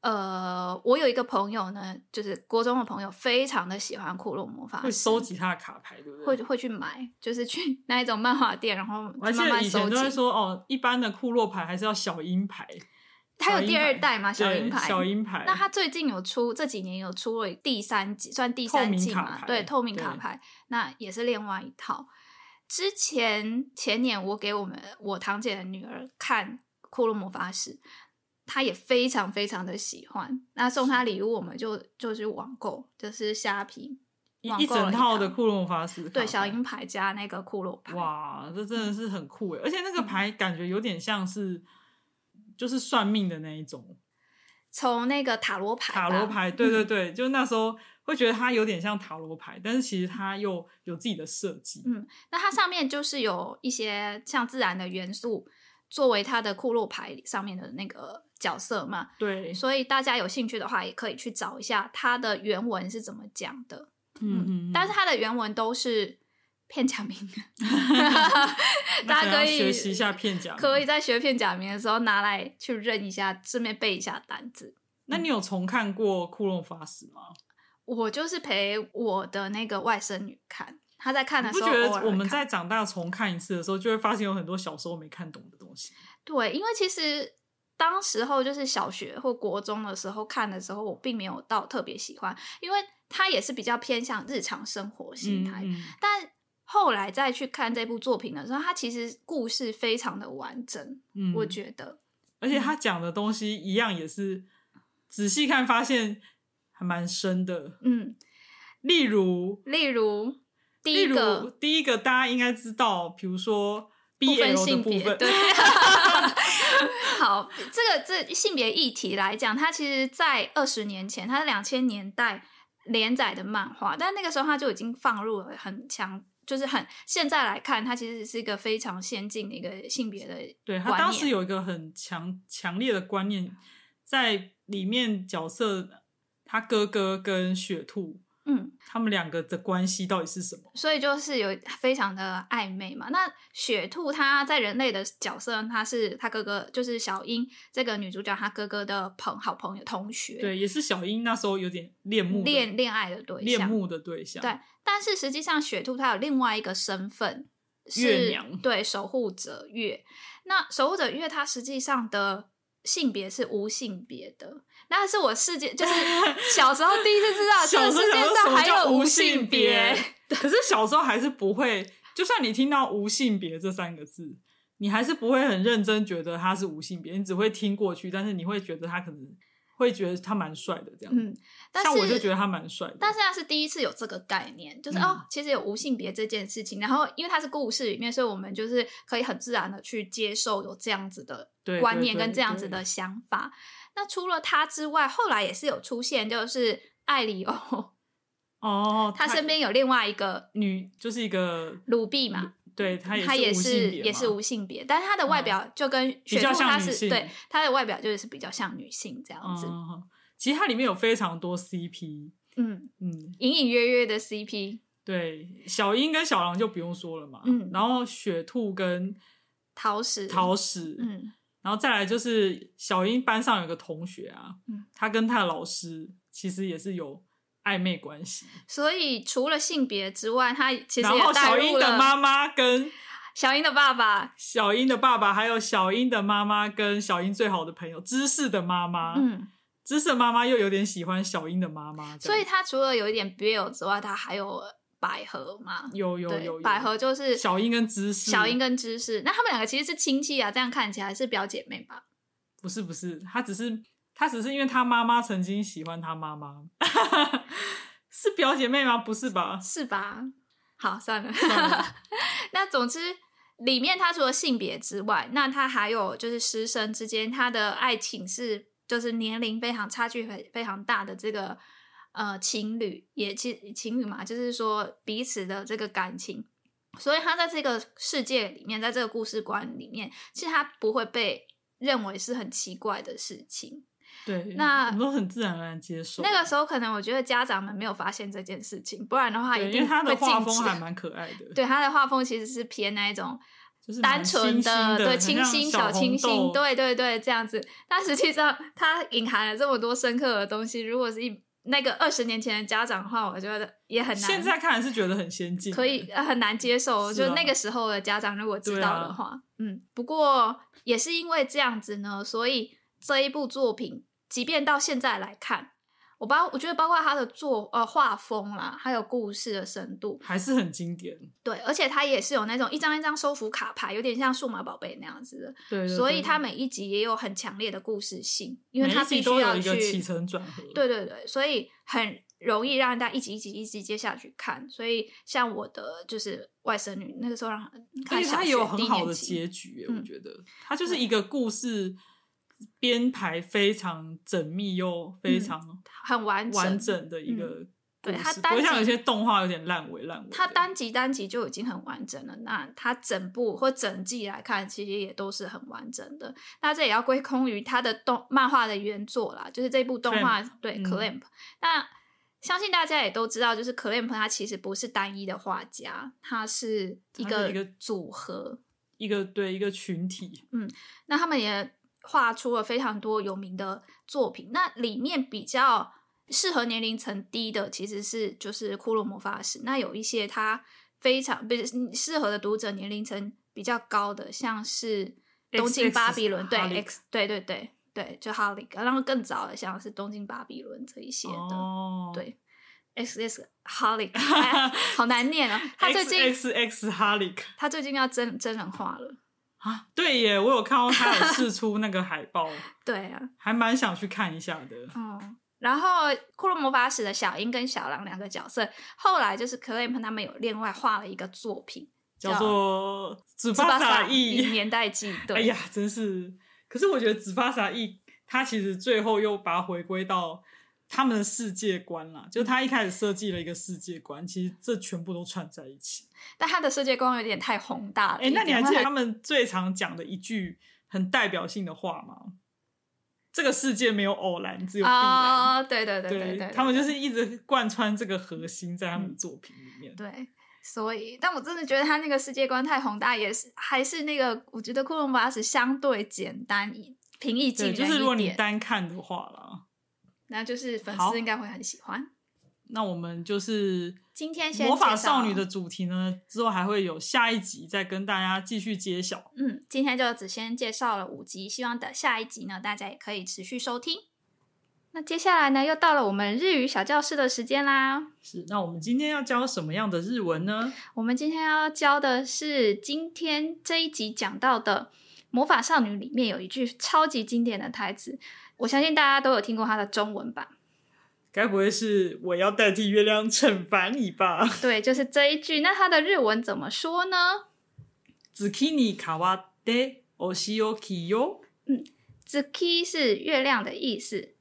Speaker 2: 呃，我有一个朋友呢，就是国中的朋友，非常的喜欢库洛魔法使，
Speaker 1: 会收集他的卡牌，对不
Speaker 2: 啊会
Speaker 1: 对？
Speaker 2: 会去买，就是去 *laughs* 那一种漫画店，然后
Speaker 1: 我还
Speaker 2: 慢
Speaker 1: 记得
Speaker 2: 慢
Speaker 1: 以
Speaker 2: 收
Speaker 1: 前都会
Speaker 2: 集。
Speaker 1: 说哦，一般的库洛牌还是要小鹰牌，
Speaker 2: 它
Speaker 1: 小
Speaker 2: 有
Speaker 1: 鹰
Speaker 2: 第二
Speaker 1: 牌
Speaker 2: 代嘛，小
Speaker 1: 对
Speaker 2: 鹰牌。
Speaker 1: 小鹰牌。
Speaker 2: 那它最近有出，这几年有出了第三季，算第三
Speaker 1: 透
Speaker 2: 季
Speaker 1: 明卡
Speaker 2: 嘛？
Speaker 1: 牌
Speaker 2: 对，透明
Speaker 1: 对
Speaker 2: 卡牌，那也是另外一套。之前前年我给我们我堂姐的女儿看《骷髅魔法使》，她也非常非常的喜欢。那送她礼物，我们就就去网购，就是虾皮
Speaker 1: 一
Speaker 2: 网
Speaker 1: 一
Speaker 2: 购了
Speaker 1: 整
Speaker 2: 一
Speaker 1: 套的
Speaker 2: 套
Speaker 1: 库洛魔法使，
Speaker 2: 对小鹰。牌加那个骷髅牌，嗯
Speaker 1: 哇，这真的是很酷欸诶！而且那个牌感觉有点像是，就是算命的那一种
Speaker 2: 从那个塔罗牌吧嗯
Speaker 1: 塔罗牌。对对对，就那时候会觉得它有点像塔罗牌，但是其实它又有自己的设计。
Speaker 2: 嗯那它上面就是有一些像自然的元素作为它的库洛牌上面的那个角色嘛，
Speaker 1: 对，
Speaker 2: 所以大家有兴趣的话，也可以去找一下它的原文是怎么讲的。
Speaker 1: 嗯嗯。
Speaker 2: 但是它的原文都是片
Speaker 1: *laughs*
Speaker 2: 假名，
Speaker 1: 那
Speaker 2: 大
Speaker 1: 能
Speaker 2: 家可
Speaker 1: 要
Speaker 2: 以
Speaker 1: 学习一下片假名。
Speaker 2: 可以在学片假名的时候拿来去认一下，顺便背一下单字。
Speaker 1: 那你有重看过《库洛法使》吗？
Speaker 2: 我就是陪我的那个外甥女看，她在看
Speaker 1: 你
Speaker 2: 的
Speaker 1: 不
Speaker 2: 时候
Speaker 1: 觉
Speaker 2: 偶尔会看，
Speaker 1: 得我们在长大重看一次的时候，就会发现有很多小时候没看懂的东西？
Speaker 2: 对，因为其实当时候就是小学或国中的时候看的时候，我并没有到特别喜欢，因为它也是比较偏向日常生活心态。
Speaker 1: 嗯
Speaker 2: 但后来再去看这部作品的时候，它其实故事非常的完整，
Speaker 1: 嗯
Speaker 2: 我觉得。
Speaker 1: 而
Speaker 2: 嗯
Speaker 1: 且他讲的东西一样也是仔细看发现还蛮深的。
Speaker 2: 嗯，
Speaker 1: 例如，
Speaker 2: 例如第
Speaker 1: 例
Speaker 2: 一
Speaker 1: 如
Speaker 2: 个
Speaker 1: 第一个大家应该知道，比如说
Speaker 2: 不
Speaker 1: BL
Speaker 2: 分
Speaker 1: 的
Speaker 2: 性
Speaker 1: 部
Speaker 2: 别，
Speaker 1: 分， *laughs*
Speaker 2: 对，好，这个这性别议题来讲，它其实在二十年前，它是两千年代连载的漫画，但那个时候它就已经放入了很强。就是很现在来看，它其实是一个非常先进的一个性别的
Speaker 1: 对他
Speaker 2: 观
Speaker 1: 当
Speaker 2: 念
Speaker 1: 时有一个很强强烈的观念，在里面角色他哥哥跟雪兔
Speaker 2: 嗯，
Speaker 1: 他们两个的关系到底是什么？
Speaker 2: 所以就是有非常的暧昧嘛。那雪兔她在人类的角色，她是她哥哥，就是小樱这个女主角她哥哥的朋好朋友同学，
Speaker 1: 对，也是小樱那时候有点恋慕的
Speaker 2: 恋恋爱的对
Speaker 1: 恋
Speaker 2: 象。
Speaker 1: 慕的对象，
Speaker 2: 对，但是实际上雪兔她有另外一个身份，是
Speaker 1: 月娘
Speaker 2: 对守护者月。那守护者月她实际上的性别是无性别的，那是我世界就是小时候第一次知啊道，这
Speaker 1: *laughs* 小
Speaker 2: 个
Speaker 1: 时候
Speaker 2: 世界
Speaker 1: 想说什
Speaker 2: 上
Speaker 1: 么
Speaker 2: 还
Speaker 1: 叫
Speaker 2: 有
Speaker 1: 无
Speaker 2: 性
Speaker 1: 别
Speaker 2: *laughs* 别。，
Speaker 1: 可是小时候还是不会，就算你听到无性别这三个字，你还是不会很认真觉得他是无性别，你只会听过去，但是你会觉得他可能会觉得他蛮帅的这样。
Speaker 2: 嗯，但是
Speaker 1: 像我就觉得他蛮帅的，
Speaker 2: 但是他是第一次有这个概念，就是、
Speaker 1: 嗯
Speaker 2: 哦，其实有无性别这件事情。然后因为它是故事里面，所以我们就是可以很自然的去接受有这样子的
Speaker 1: 对
Speaker 2: 观
Speaker 1: 对
Speaker 2: 念
Speaker 1: 对
Speaker 2: 跟这样子
Speaker 1: 对
Speaker 2: 的想法。那除了他之外，后来也是有出现，就是艾
Speaker 1: *laughs*
Speaker 2: 里欧，
Speaker 1: 哦，
Speaker 2: 他身边有另外一个
Speaker 1: 女就是一个，
Speaker 2: 鲁碧嘛，嗯
Speaker 1: 对他
Speaker 2: 他也
Speaker 1: 也无性
Speaker 2: 是
Speaker 1: 别
Speaker 2: 也是
Speaker 1: 嘛嗯
Speaker 2: 无性别，但是他的外表就跟
Speaker 1: 比
Speaker 2: 雪
Speaker 1: 较
Speaker 2: 兔
Speaker 1: 像
Speaker 2: 他
Speaker 1: 女
Speaker 2: 是
Speaker 1: 性
Speaker 2: 对他的外表就是比较像女性这样子，
Speaker 1: 嗯，其实它里面有非常多 CP，
Speaker 2: 嗯，
Speaker 1: 嗯，
Speaker 2: 隐隐约约的 CP，
Speaker 1: 对，小樱跟小狼就不用说了嘛，
Speaker 2: 嗯
Speaker 1: 然后雪兔跟
Speaker 2: 桃石，
Speaker 1: 桃矢，
Speaker 2: 嗯。
Speaker 1: 然后再来就是小英班上有个同学啊，
Speaker 2: 嗯
Speaker 1: 他跟他的老师其实也是有暧昧关系。
Speaker 2: 所以除了性别之外，他其实
Speaker 1: 然
Speaker 2: 也
Speaker 1: 后
Speaker 2: 带
Speaker 1: 小
Speaker 2: 入
Speaker 1: 英的
Speaker 2: 了
Speaker 1: 妈啊妈跟
Speaker 2: 小英的爸爸，
Speaker 1: 小英的爸爸，还有小英的妈妈跟小英最好的朋友芝士的妈妈，，
Speaker 2: 嗯，
Speaker 1: 芝士的妈妈又有点喜欢小英的妈妈，这
Speaker 2: 所
Speaker 1: 样
Speaker 2: 以他除了有一点 Bill 之外，他还有百合嘛，
Speaker 1: 有有
Speaker 2: 对
Speaker 1: 有有
Speaker 2: 百合就是
Speaker 1: 小英跟芝士，
Speaker 2: 小英跟芝士，那他们两个其实是亲戚啊，这样看起来是表姐妹吧？
Speaker 1: 不是不是，他只是他只是因为他妈妈曾经喜欢他妈妈， *laughs* 是表姐妹吗？不是吧？
Speaker 2: 是吧？好，算了。
Speaker 1: 算了
Speaker 2: *laughs* 那总之，里面他除了性别之外，那他还有就是师生之间他的爱情是就是年龄非常差距非非常大的这个呃情侣，也其情侣嘛，就是说彼此的这个感情。所以他在这个世界里面，在这个故事观里面，其实他不会被认为是很奇怪的事情。
Speaker 1: 对，
Speaker 2: 那
Speaker 1: 我们都很自然而然接受
Speaker 2: 那个时候，可能我觉得家长们没有发现这件事情，不然的话
Speaker 1: 对，
Speaker 2: 一
Speaker 1: 因
Speaker 2: 定
Speaker 1: 为他
Speaker 2: 会
Speaker 1: 的画
Speaker 2: 禁
Speaker 1: 风
Speaker 2: 止。
Speaker 1: 还蛮可爱的，
Speaker 2: 对他的画风其实是偏那一种
Speaker 1: 就是
Speaker 2: 单
Speaker 1: 蛮清
Speaker 2: 纯
Speaker 1: 新的，
Speaker 2: 对
Speaker 1: 很
Speaker 2: 清
Speaker 1: 像
Speaker 2: 新
Speaker 1: 小
Speaker 2: 清
Speaker 1: 红
Speaker 2: 新，
Speaker 1: 豆，
Speaker 2: 对对对，这样子。但实际上，它隐含了这么多深刻的东西。如果是一那个二十年前的家长的话，我觉得也很难，
Speaker 1: 现在看来是觉得很先进，
Speaker 2: 可以、呃很难接受。
Speaker 1: 是
Speaker 2: 就
Speaker 1: 啊
Speaker 2: 那个时候的家长如果知道的话，嗯。不过也是因为这样子呢，所以这一部作品，即便到现在来看。我包，我觉得包括它的作呃画风啦，还有故事的深度，
Speaker 1: 还是很经典，
Speaker 2: 对，而且它也是有那种一张一张收服卡牌，有点像数码宝贝那样子的，
Speaker 1: 对对
Speaker 2: 所以
Speaker 1: 对
Speaker 2: 它每一集也有很强烈的故事性，因
Speaker 1: 每
Speaker 2: 为它
Speaker 1: 一
Speaker 2: 必
Speaker 1: 集
Speaker 2: 须
Speaker 1: 都有
Speaker 2: 要
Speaker 1: 一
Speaker 2: 去
Speaker 1: 个起承转合，
Speaker 2: 对对对，所以很容易让大家一集一集一集接下去看。所以像我的就是外甥女那个时候让
Speaker 1: 而
Speaker 2: 看
Speaker 1: 且
Speaker 2: 小
Speaker 1: 它
Speaker 2: 学
Speaker 1: 也有
Speaker 2: 低
Speaker 1: 很好
Speaker 2: 年
Speaker 1: 的
Speaker 2: 级，
Speaker 1: 结局耶，
Speaker 2: 嗯
Speaker 1: 我觉得它就是一个故事编排非常缜密又非
Speaker 2: 嗯
Speaker 1: 常
Speaker 2: 很完整。嗯
Speaker 1: 完整的一个故
Speaker 2: 对它
Speaker 1: 事，
Speaker 2: 单
Speaker 1: 不会像有
Speaker 2: 集
Speaker 1: 些动画有点烂尾烂尾的，
Speaker 2: 它单集单集就已经很完整了，那它整部或整季来看，其实也都是很完整的。那这也要归功于它的动漫画的原作啦，就是这部动画对
Speaker 1: 嗯
Speaker 2: Clamp、那相信大家也都知道，就是 Clamp 它其实不是单一的画家，它是一
Speaker 1: 它
Speaker 2: 个
Speaker 1: 是一个
Speaker 2: 组合。
Speaker 1: 一个对一个群体，
Speaker 2: 那他们也画出了非常多有名的作品。那里面比较适合年龄层低的，其实是就是《骷髅魔法使》。那有一些它非常不是嗯适合的读者年龄层比较高的，像是《东京
Speaker 1: XX
Speaker 2: 巴比伦》对
Speaker 1: Harley
Speaker 2: X 对对对对，就哈利，然后更早的像是《东京巴比伦》这一些的。
Speaker 1: 哦，
Speaker 2: 对 X X
Speaker 1: *laughs*
Speaker 2: 哈利，哎好难念啊！他最近
Speaker 1: X X 哈利克。
Speaker 2: 他最近要真真人化了，
Speaker 1: 啊，对耶，我有看到他有试出那个海报，
Speaker 2: 对啊，
Speaker 1: 还蛮想去看一下的。
Speaker 2: 嗯，然后《骷髅魔法使》的小樱跟小狼两个角色，后来就是 Clamp 他们有另外画了一个作品，
Speaker 1: 叫做《紫
Speaker 2: 《斯巴
Speaker 1: 巴
Speaker 2: 萨
Speaker 1: 萨
Speaker 2: 一
Speaker 1: 翼》。
Speaker 2: 年代记》。对，
Speaker 1: 哎呀，真是！可是我觉得《紫巴萨翼》它其实最后又把它回归到他们的世界观啦，就他一开始设计了一个世界观，其实这全部都串在一起。
Speaker 2: 但他的世界观有点太宏大了。
Speaker 1: 哎，那你还
Speaker 2: 一
Speaker 1: 记
Speaker 2: 点
Speaker 1: 得
Speaker 2: 会
Speaker 1: 他们最常讲的一句很代表性的话吗？这个世界没有偶然，只有必然。
Speaker 2: 啊、对对对对对，
Speaker 1: 他们就
Speaker 2: 对
Speaker 1: 是一直贯穿这个核心在他们作品里面。
Speaker 2: 对，所以，但我真的觉得他那个世界观太宏大，也是还是那个，我觉得《库隆巴斯》相对简单、一平易近
Speaker 1: 对，
Speaker 2: 人
Speaker 1: 就是如果
Speaker 2: 一
Speaker 1: 你
Speaker 2: 点，
Speaker 1: 单看的话啦，
Speaker 2: 那就是粉
Speaker 1: 好
Speaker 2: 丝应该会很喜欢。
Speaker 1: 那我们就是
Speaker 2: 今天先
Speaker 1: 魔法
Speaker 2: 介绍
Speaker 1: 少女的主题呢，之后还会有下一集再跟大家继续揭晓。
Speaker 2: 嗯，今天就只先介绍了五集，希望等下一集呢，大家也可以持续收听。那接下来呢，又到了我们日语小教室的时间啦。
Speaker 1: 是，那我们今天要教什么样的日文呢？
Speaker 2: 我们今天要教的是今天这一集讲到的《魔法少女》里面有一句超级经典的台词，我相信大家都有听过它的中文版。
Speaker 1: 该不会是我要代替月亮惩罚你吧
Speaker 2: 对，就是这一句。那它的日文怎么说呢？
Speaker 1: ？Zucchini kawate oshioki yo，
Speaker 2: z k i 是月亮的意思，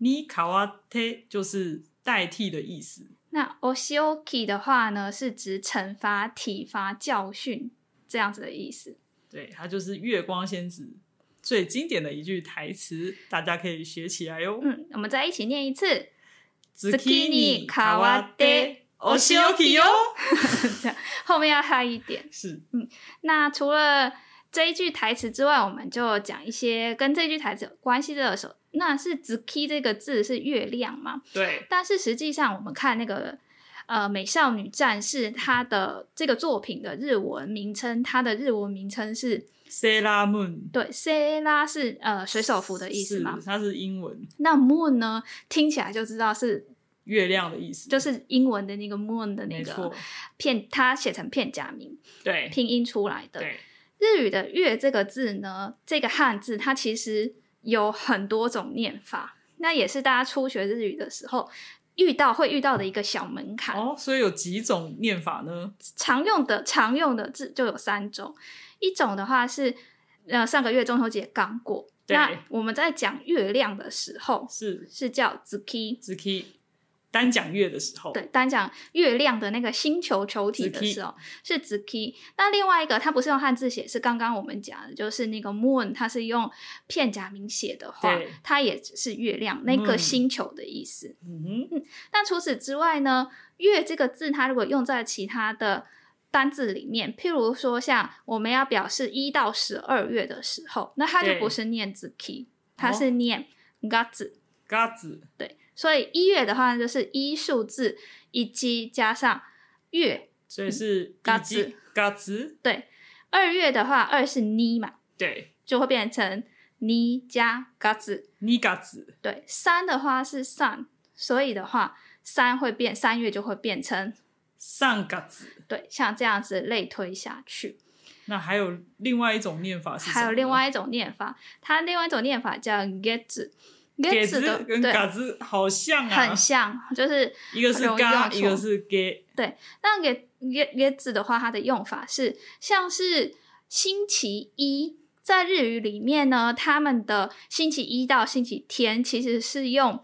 Speaker 1: ni kawate 就是代替的意思。
Speaker 2: 那 oshioki 的话呢，是指惩罚、体罚、教训这样子的意思。
Speaker 1: 对，它就是月光仙子最经典的一句台词，大家可以学起来哟。
Speaker 2: 嗯，我们再一起念一次。
Speaker 1: Zucchini
Speaker 2: Zucchini
Speaker 1: kawate
Speaker 2: kawate
Speaker 1: oshioki yo，
Speaker 2: 这样后面要嗨一点。
Speaker 1: 是
Speaker 2: 那除了这一句台词之外，我们就讲一些跟这句台词有关系的手。那是 “zuki” 这个字是月亮嘛？
Speaker 1: 对。
Speaker 2: 但是实际上，我们看那个呃《美少女战士》，它的这个作品的日文名称，它的日文名称是
Speaker 1: Sailor Moon
Speaker 2: 对 s a l a 是呃水手服的意思嘛
Speaker 1: 是？它是英文
Speaker 2: 那 moon 呢，听起来就知道是
Speaker 1: 月亮的意思，
Speaker 2: 就是英文的那个 moon 的那
Speaker 1: 没
Speaker 2: 个
Speaker 1: 错，
Speaker 2: 片，它写成片假名
Speaker 1: 对
Speaker 2: 拼音出来的。
Speaker 1: 对，
Speaker 2: 日语的“月”这个字呢，这个汉字它其实有很多种念法，那也是大家初学日语的时候遇到会遇到的一个小门槛。
Speaker 1: 哦，所以有几种念法呢？
Speaker 2: 常用的常用的字就有三种，一种的话是呃上个月中秋节刚过，
Speaker 1: 对
Speaker 2: 那我们在讲月亮的时候
Speaker 1: 是
Speaker 2: 是叫 zuki，
Speaker 1: 只可以单讲月的时候，
Speaker 2: 对，单讲月亮的那个星球球体的时候是 zuki，那另外一个它不是用汉字写，是刚刚我们讲的，就是那个 moon，它是用片假名写的话
Speaker 1: 对，嗯
Speaker 2: 它也只是月亮那个
Speaker 1: moon
Speaker 2: 星球的意思。
Speaker 1: 嗯哼，
Speaker 2: 但除此之外呢，月这个字，它如果用在其他的单字里面，譬如说像我们要表示一到十二月的时候，那它就
Speaker 1: 对哦
Speaker 2: 不是念 zuki，它是念 gatsu、
Speaker 1: 嘎子
Speaker 2: 对，所以一月的话呢就是一数字以及加上月，
Speaker 1: 所以是
Speaker 2: 嘎
Speaker 1: 以及
Speaker 2: 子
Speaker 1: 嘎子，
Speaker 2: 对。二月的话，二是呢嘛，
Speaker 1: 对，
Speaker 2: 就会变成呢加 gatsu。
Speaker 1: 你嘎子，
Speaker 2: 对，三的话是 sun，所以的话，三会变，三月就会变成
Speaker 1: 上嘎子。
Speaker 2: 对，像这样子类推下去，
Speaker 1: 那还有另外一种念法是什么呢，
Speaker 2: 还有另外一种念法，它另外一种念法叫 get
Speaker 1: 给
Speaker 2: get
Speaker 1: 字
Speaker 2: 的
Speaker 1: 跟嘎
Speaker 2: 对，
Speaker 1: 子好像啊，
Speaker 2: 很像，就是
Speaker 1: 一个是
Speaker 2: 容易
Speaker 1: 嘎，
Speaker 2: 用错
Speaker 1: 一个是给，
Speaker 2: 那 get get get 的话，它的用法是像是星期一。在日语里面呢，他们的星期一到星期天其实是用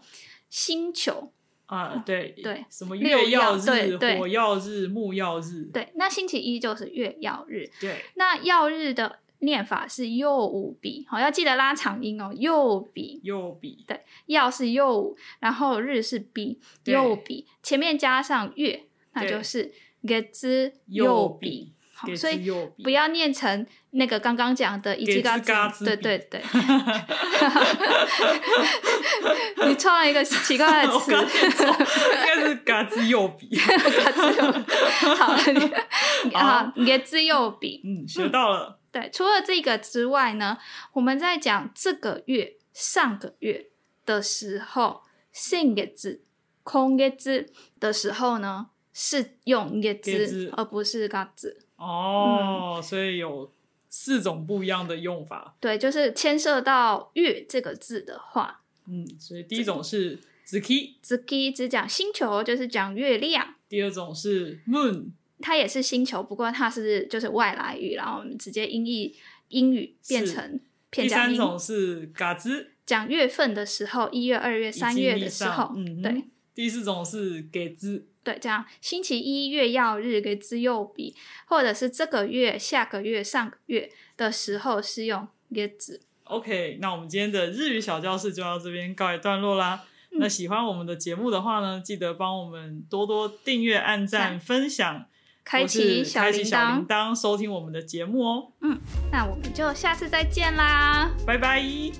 Speaker 2: 星球。
Speaker 1: 啊，对
Speaker 2: 哦对，
Speaker 1: 什么
Speaker 2: 六
Speaker 1: 月曜
Speaker 2: 曜对
Speaker 1: 日、
Speaker 2: 对
Speaker 1: 火曜日、木曜日，
Speaker 2: 对，那星期一就是月曜日，
Speaker 1: 对
Speaker 2: 那曜日的念法是右五笔，好、要记得拉长音哦，右笔。
Speaker 1: 右笔，
Speaker 2: 曜是右，然后日是 b
Speaker 1: 对
Speaker 2: 右笔，前面加上月，那
Speaker 1: 对
Speaker 2: 就是 get 之
Speaker 1: 右
Speaker 2: 笔。
Speaker 1: 笔，
Speaker 2: 好，
Speaker 1: 给字
Speaker 2: 所以
Speaker 1: 右笔
Speaker 2: 不要念成那个刚刚讲的一
Speaker 1: 给
Speaker 2: 记
Speaker 1: 字
Speaker 2: 嘎
Speaker 1: 嘎
Speaker 2: 吱
Speaker 1: 吱
Speaker 2: 对
Speaker 1: 笔
Speaker 2: 对
Speaker 1: *laughs*
Speaker 2: 对。你创了一个奇怪
Speaker 1: *laughs*
Speaker 2: 的
Speaker 1: 我
Speaker 2: 词，
Speaker 1: 刚念错，应该是嘎吱右
Speaker 2: *laughs*
Speaker 1: 笔。
Speaker 2: 好，
Speaker 1: *laughs*
Speaker 2: 你
Speaker 1: 好
Speaker 2: 啊，get 之右笔。
Speaker 1: 嗯，学到了。
Speaker 2: 对，除了这个之外呢，我们在讲这个月、上个月的时候，现月字、空月字的时候呢，是用月
Speaker 1: 月字
Speaker 2: 字，而不是嘎字。嗯
Speaker 1: 哦，所以有四种不一样的用法。
Speaker 2: 对，就是牵涉到月这个字的话，
Speaker 1: 嗯，所以第一种是 zuki，
Speaker 2: z k 只讲星球，就是讲月亮，
Speaker 1: 第二种是 moon，
Speaker 2: 它也是星球，不过它是就是外来语，然后我们直接音译英语变
Speaker 1: 是
Speaker 2: 成
Speaker 1: 第
Speaker 2: 片假
Speaker 1: 三
Speaker 2: 名。
Speaker 1: 种是嘎吱，
Speaker 2: 讲月份的时候，一月、二月、
Speaker 1: 以
Speaker 2: 三
Speaker 1: 及
Speaker 2: 月
Speaker 1: 逆
Speaker 2: 的时
Speaker 1: 上
Speaker 2: 候，
Speaker 1: 嗯哼
Speaker 2: 对。
Speaker 1: 第四种是给字，
Speaker 2: 对，这样星期一月曜日给之右笔，或者是这个月、下个月、上个月的时候是用月字。
Speaker 1: OK，那我们今天的日语小教室就到这边告一段落啦。
Speaker 2: 嗯
Speaker 1: 那喜欢我们的节目的话呢，记得帮我们多多订阅、按赞、
Speaker 2: 赞
Speaker 1: 分享，
Speaker 2: 开
Speaker 1: 或是
Speaker 2: 启
Speaker 1: 开启
Speaker 2: 铃
Speaker 1: 小铃
Speaker 2: 铛，
Speaker 1: 铛，收听我们的节目哦。
Speaker 2: 那我们就下次再见啦。
Speaker 1: 拜拜。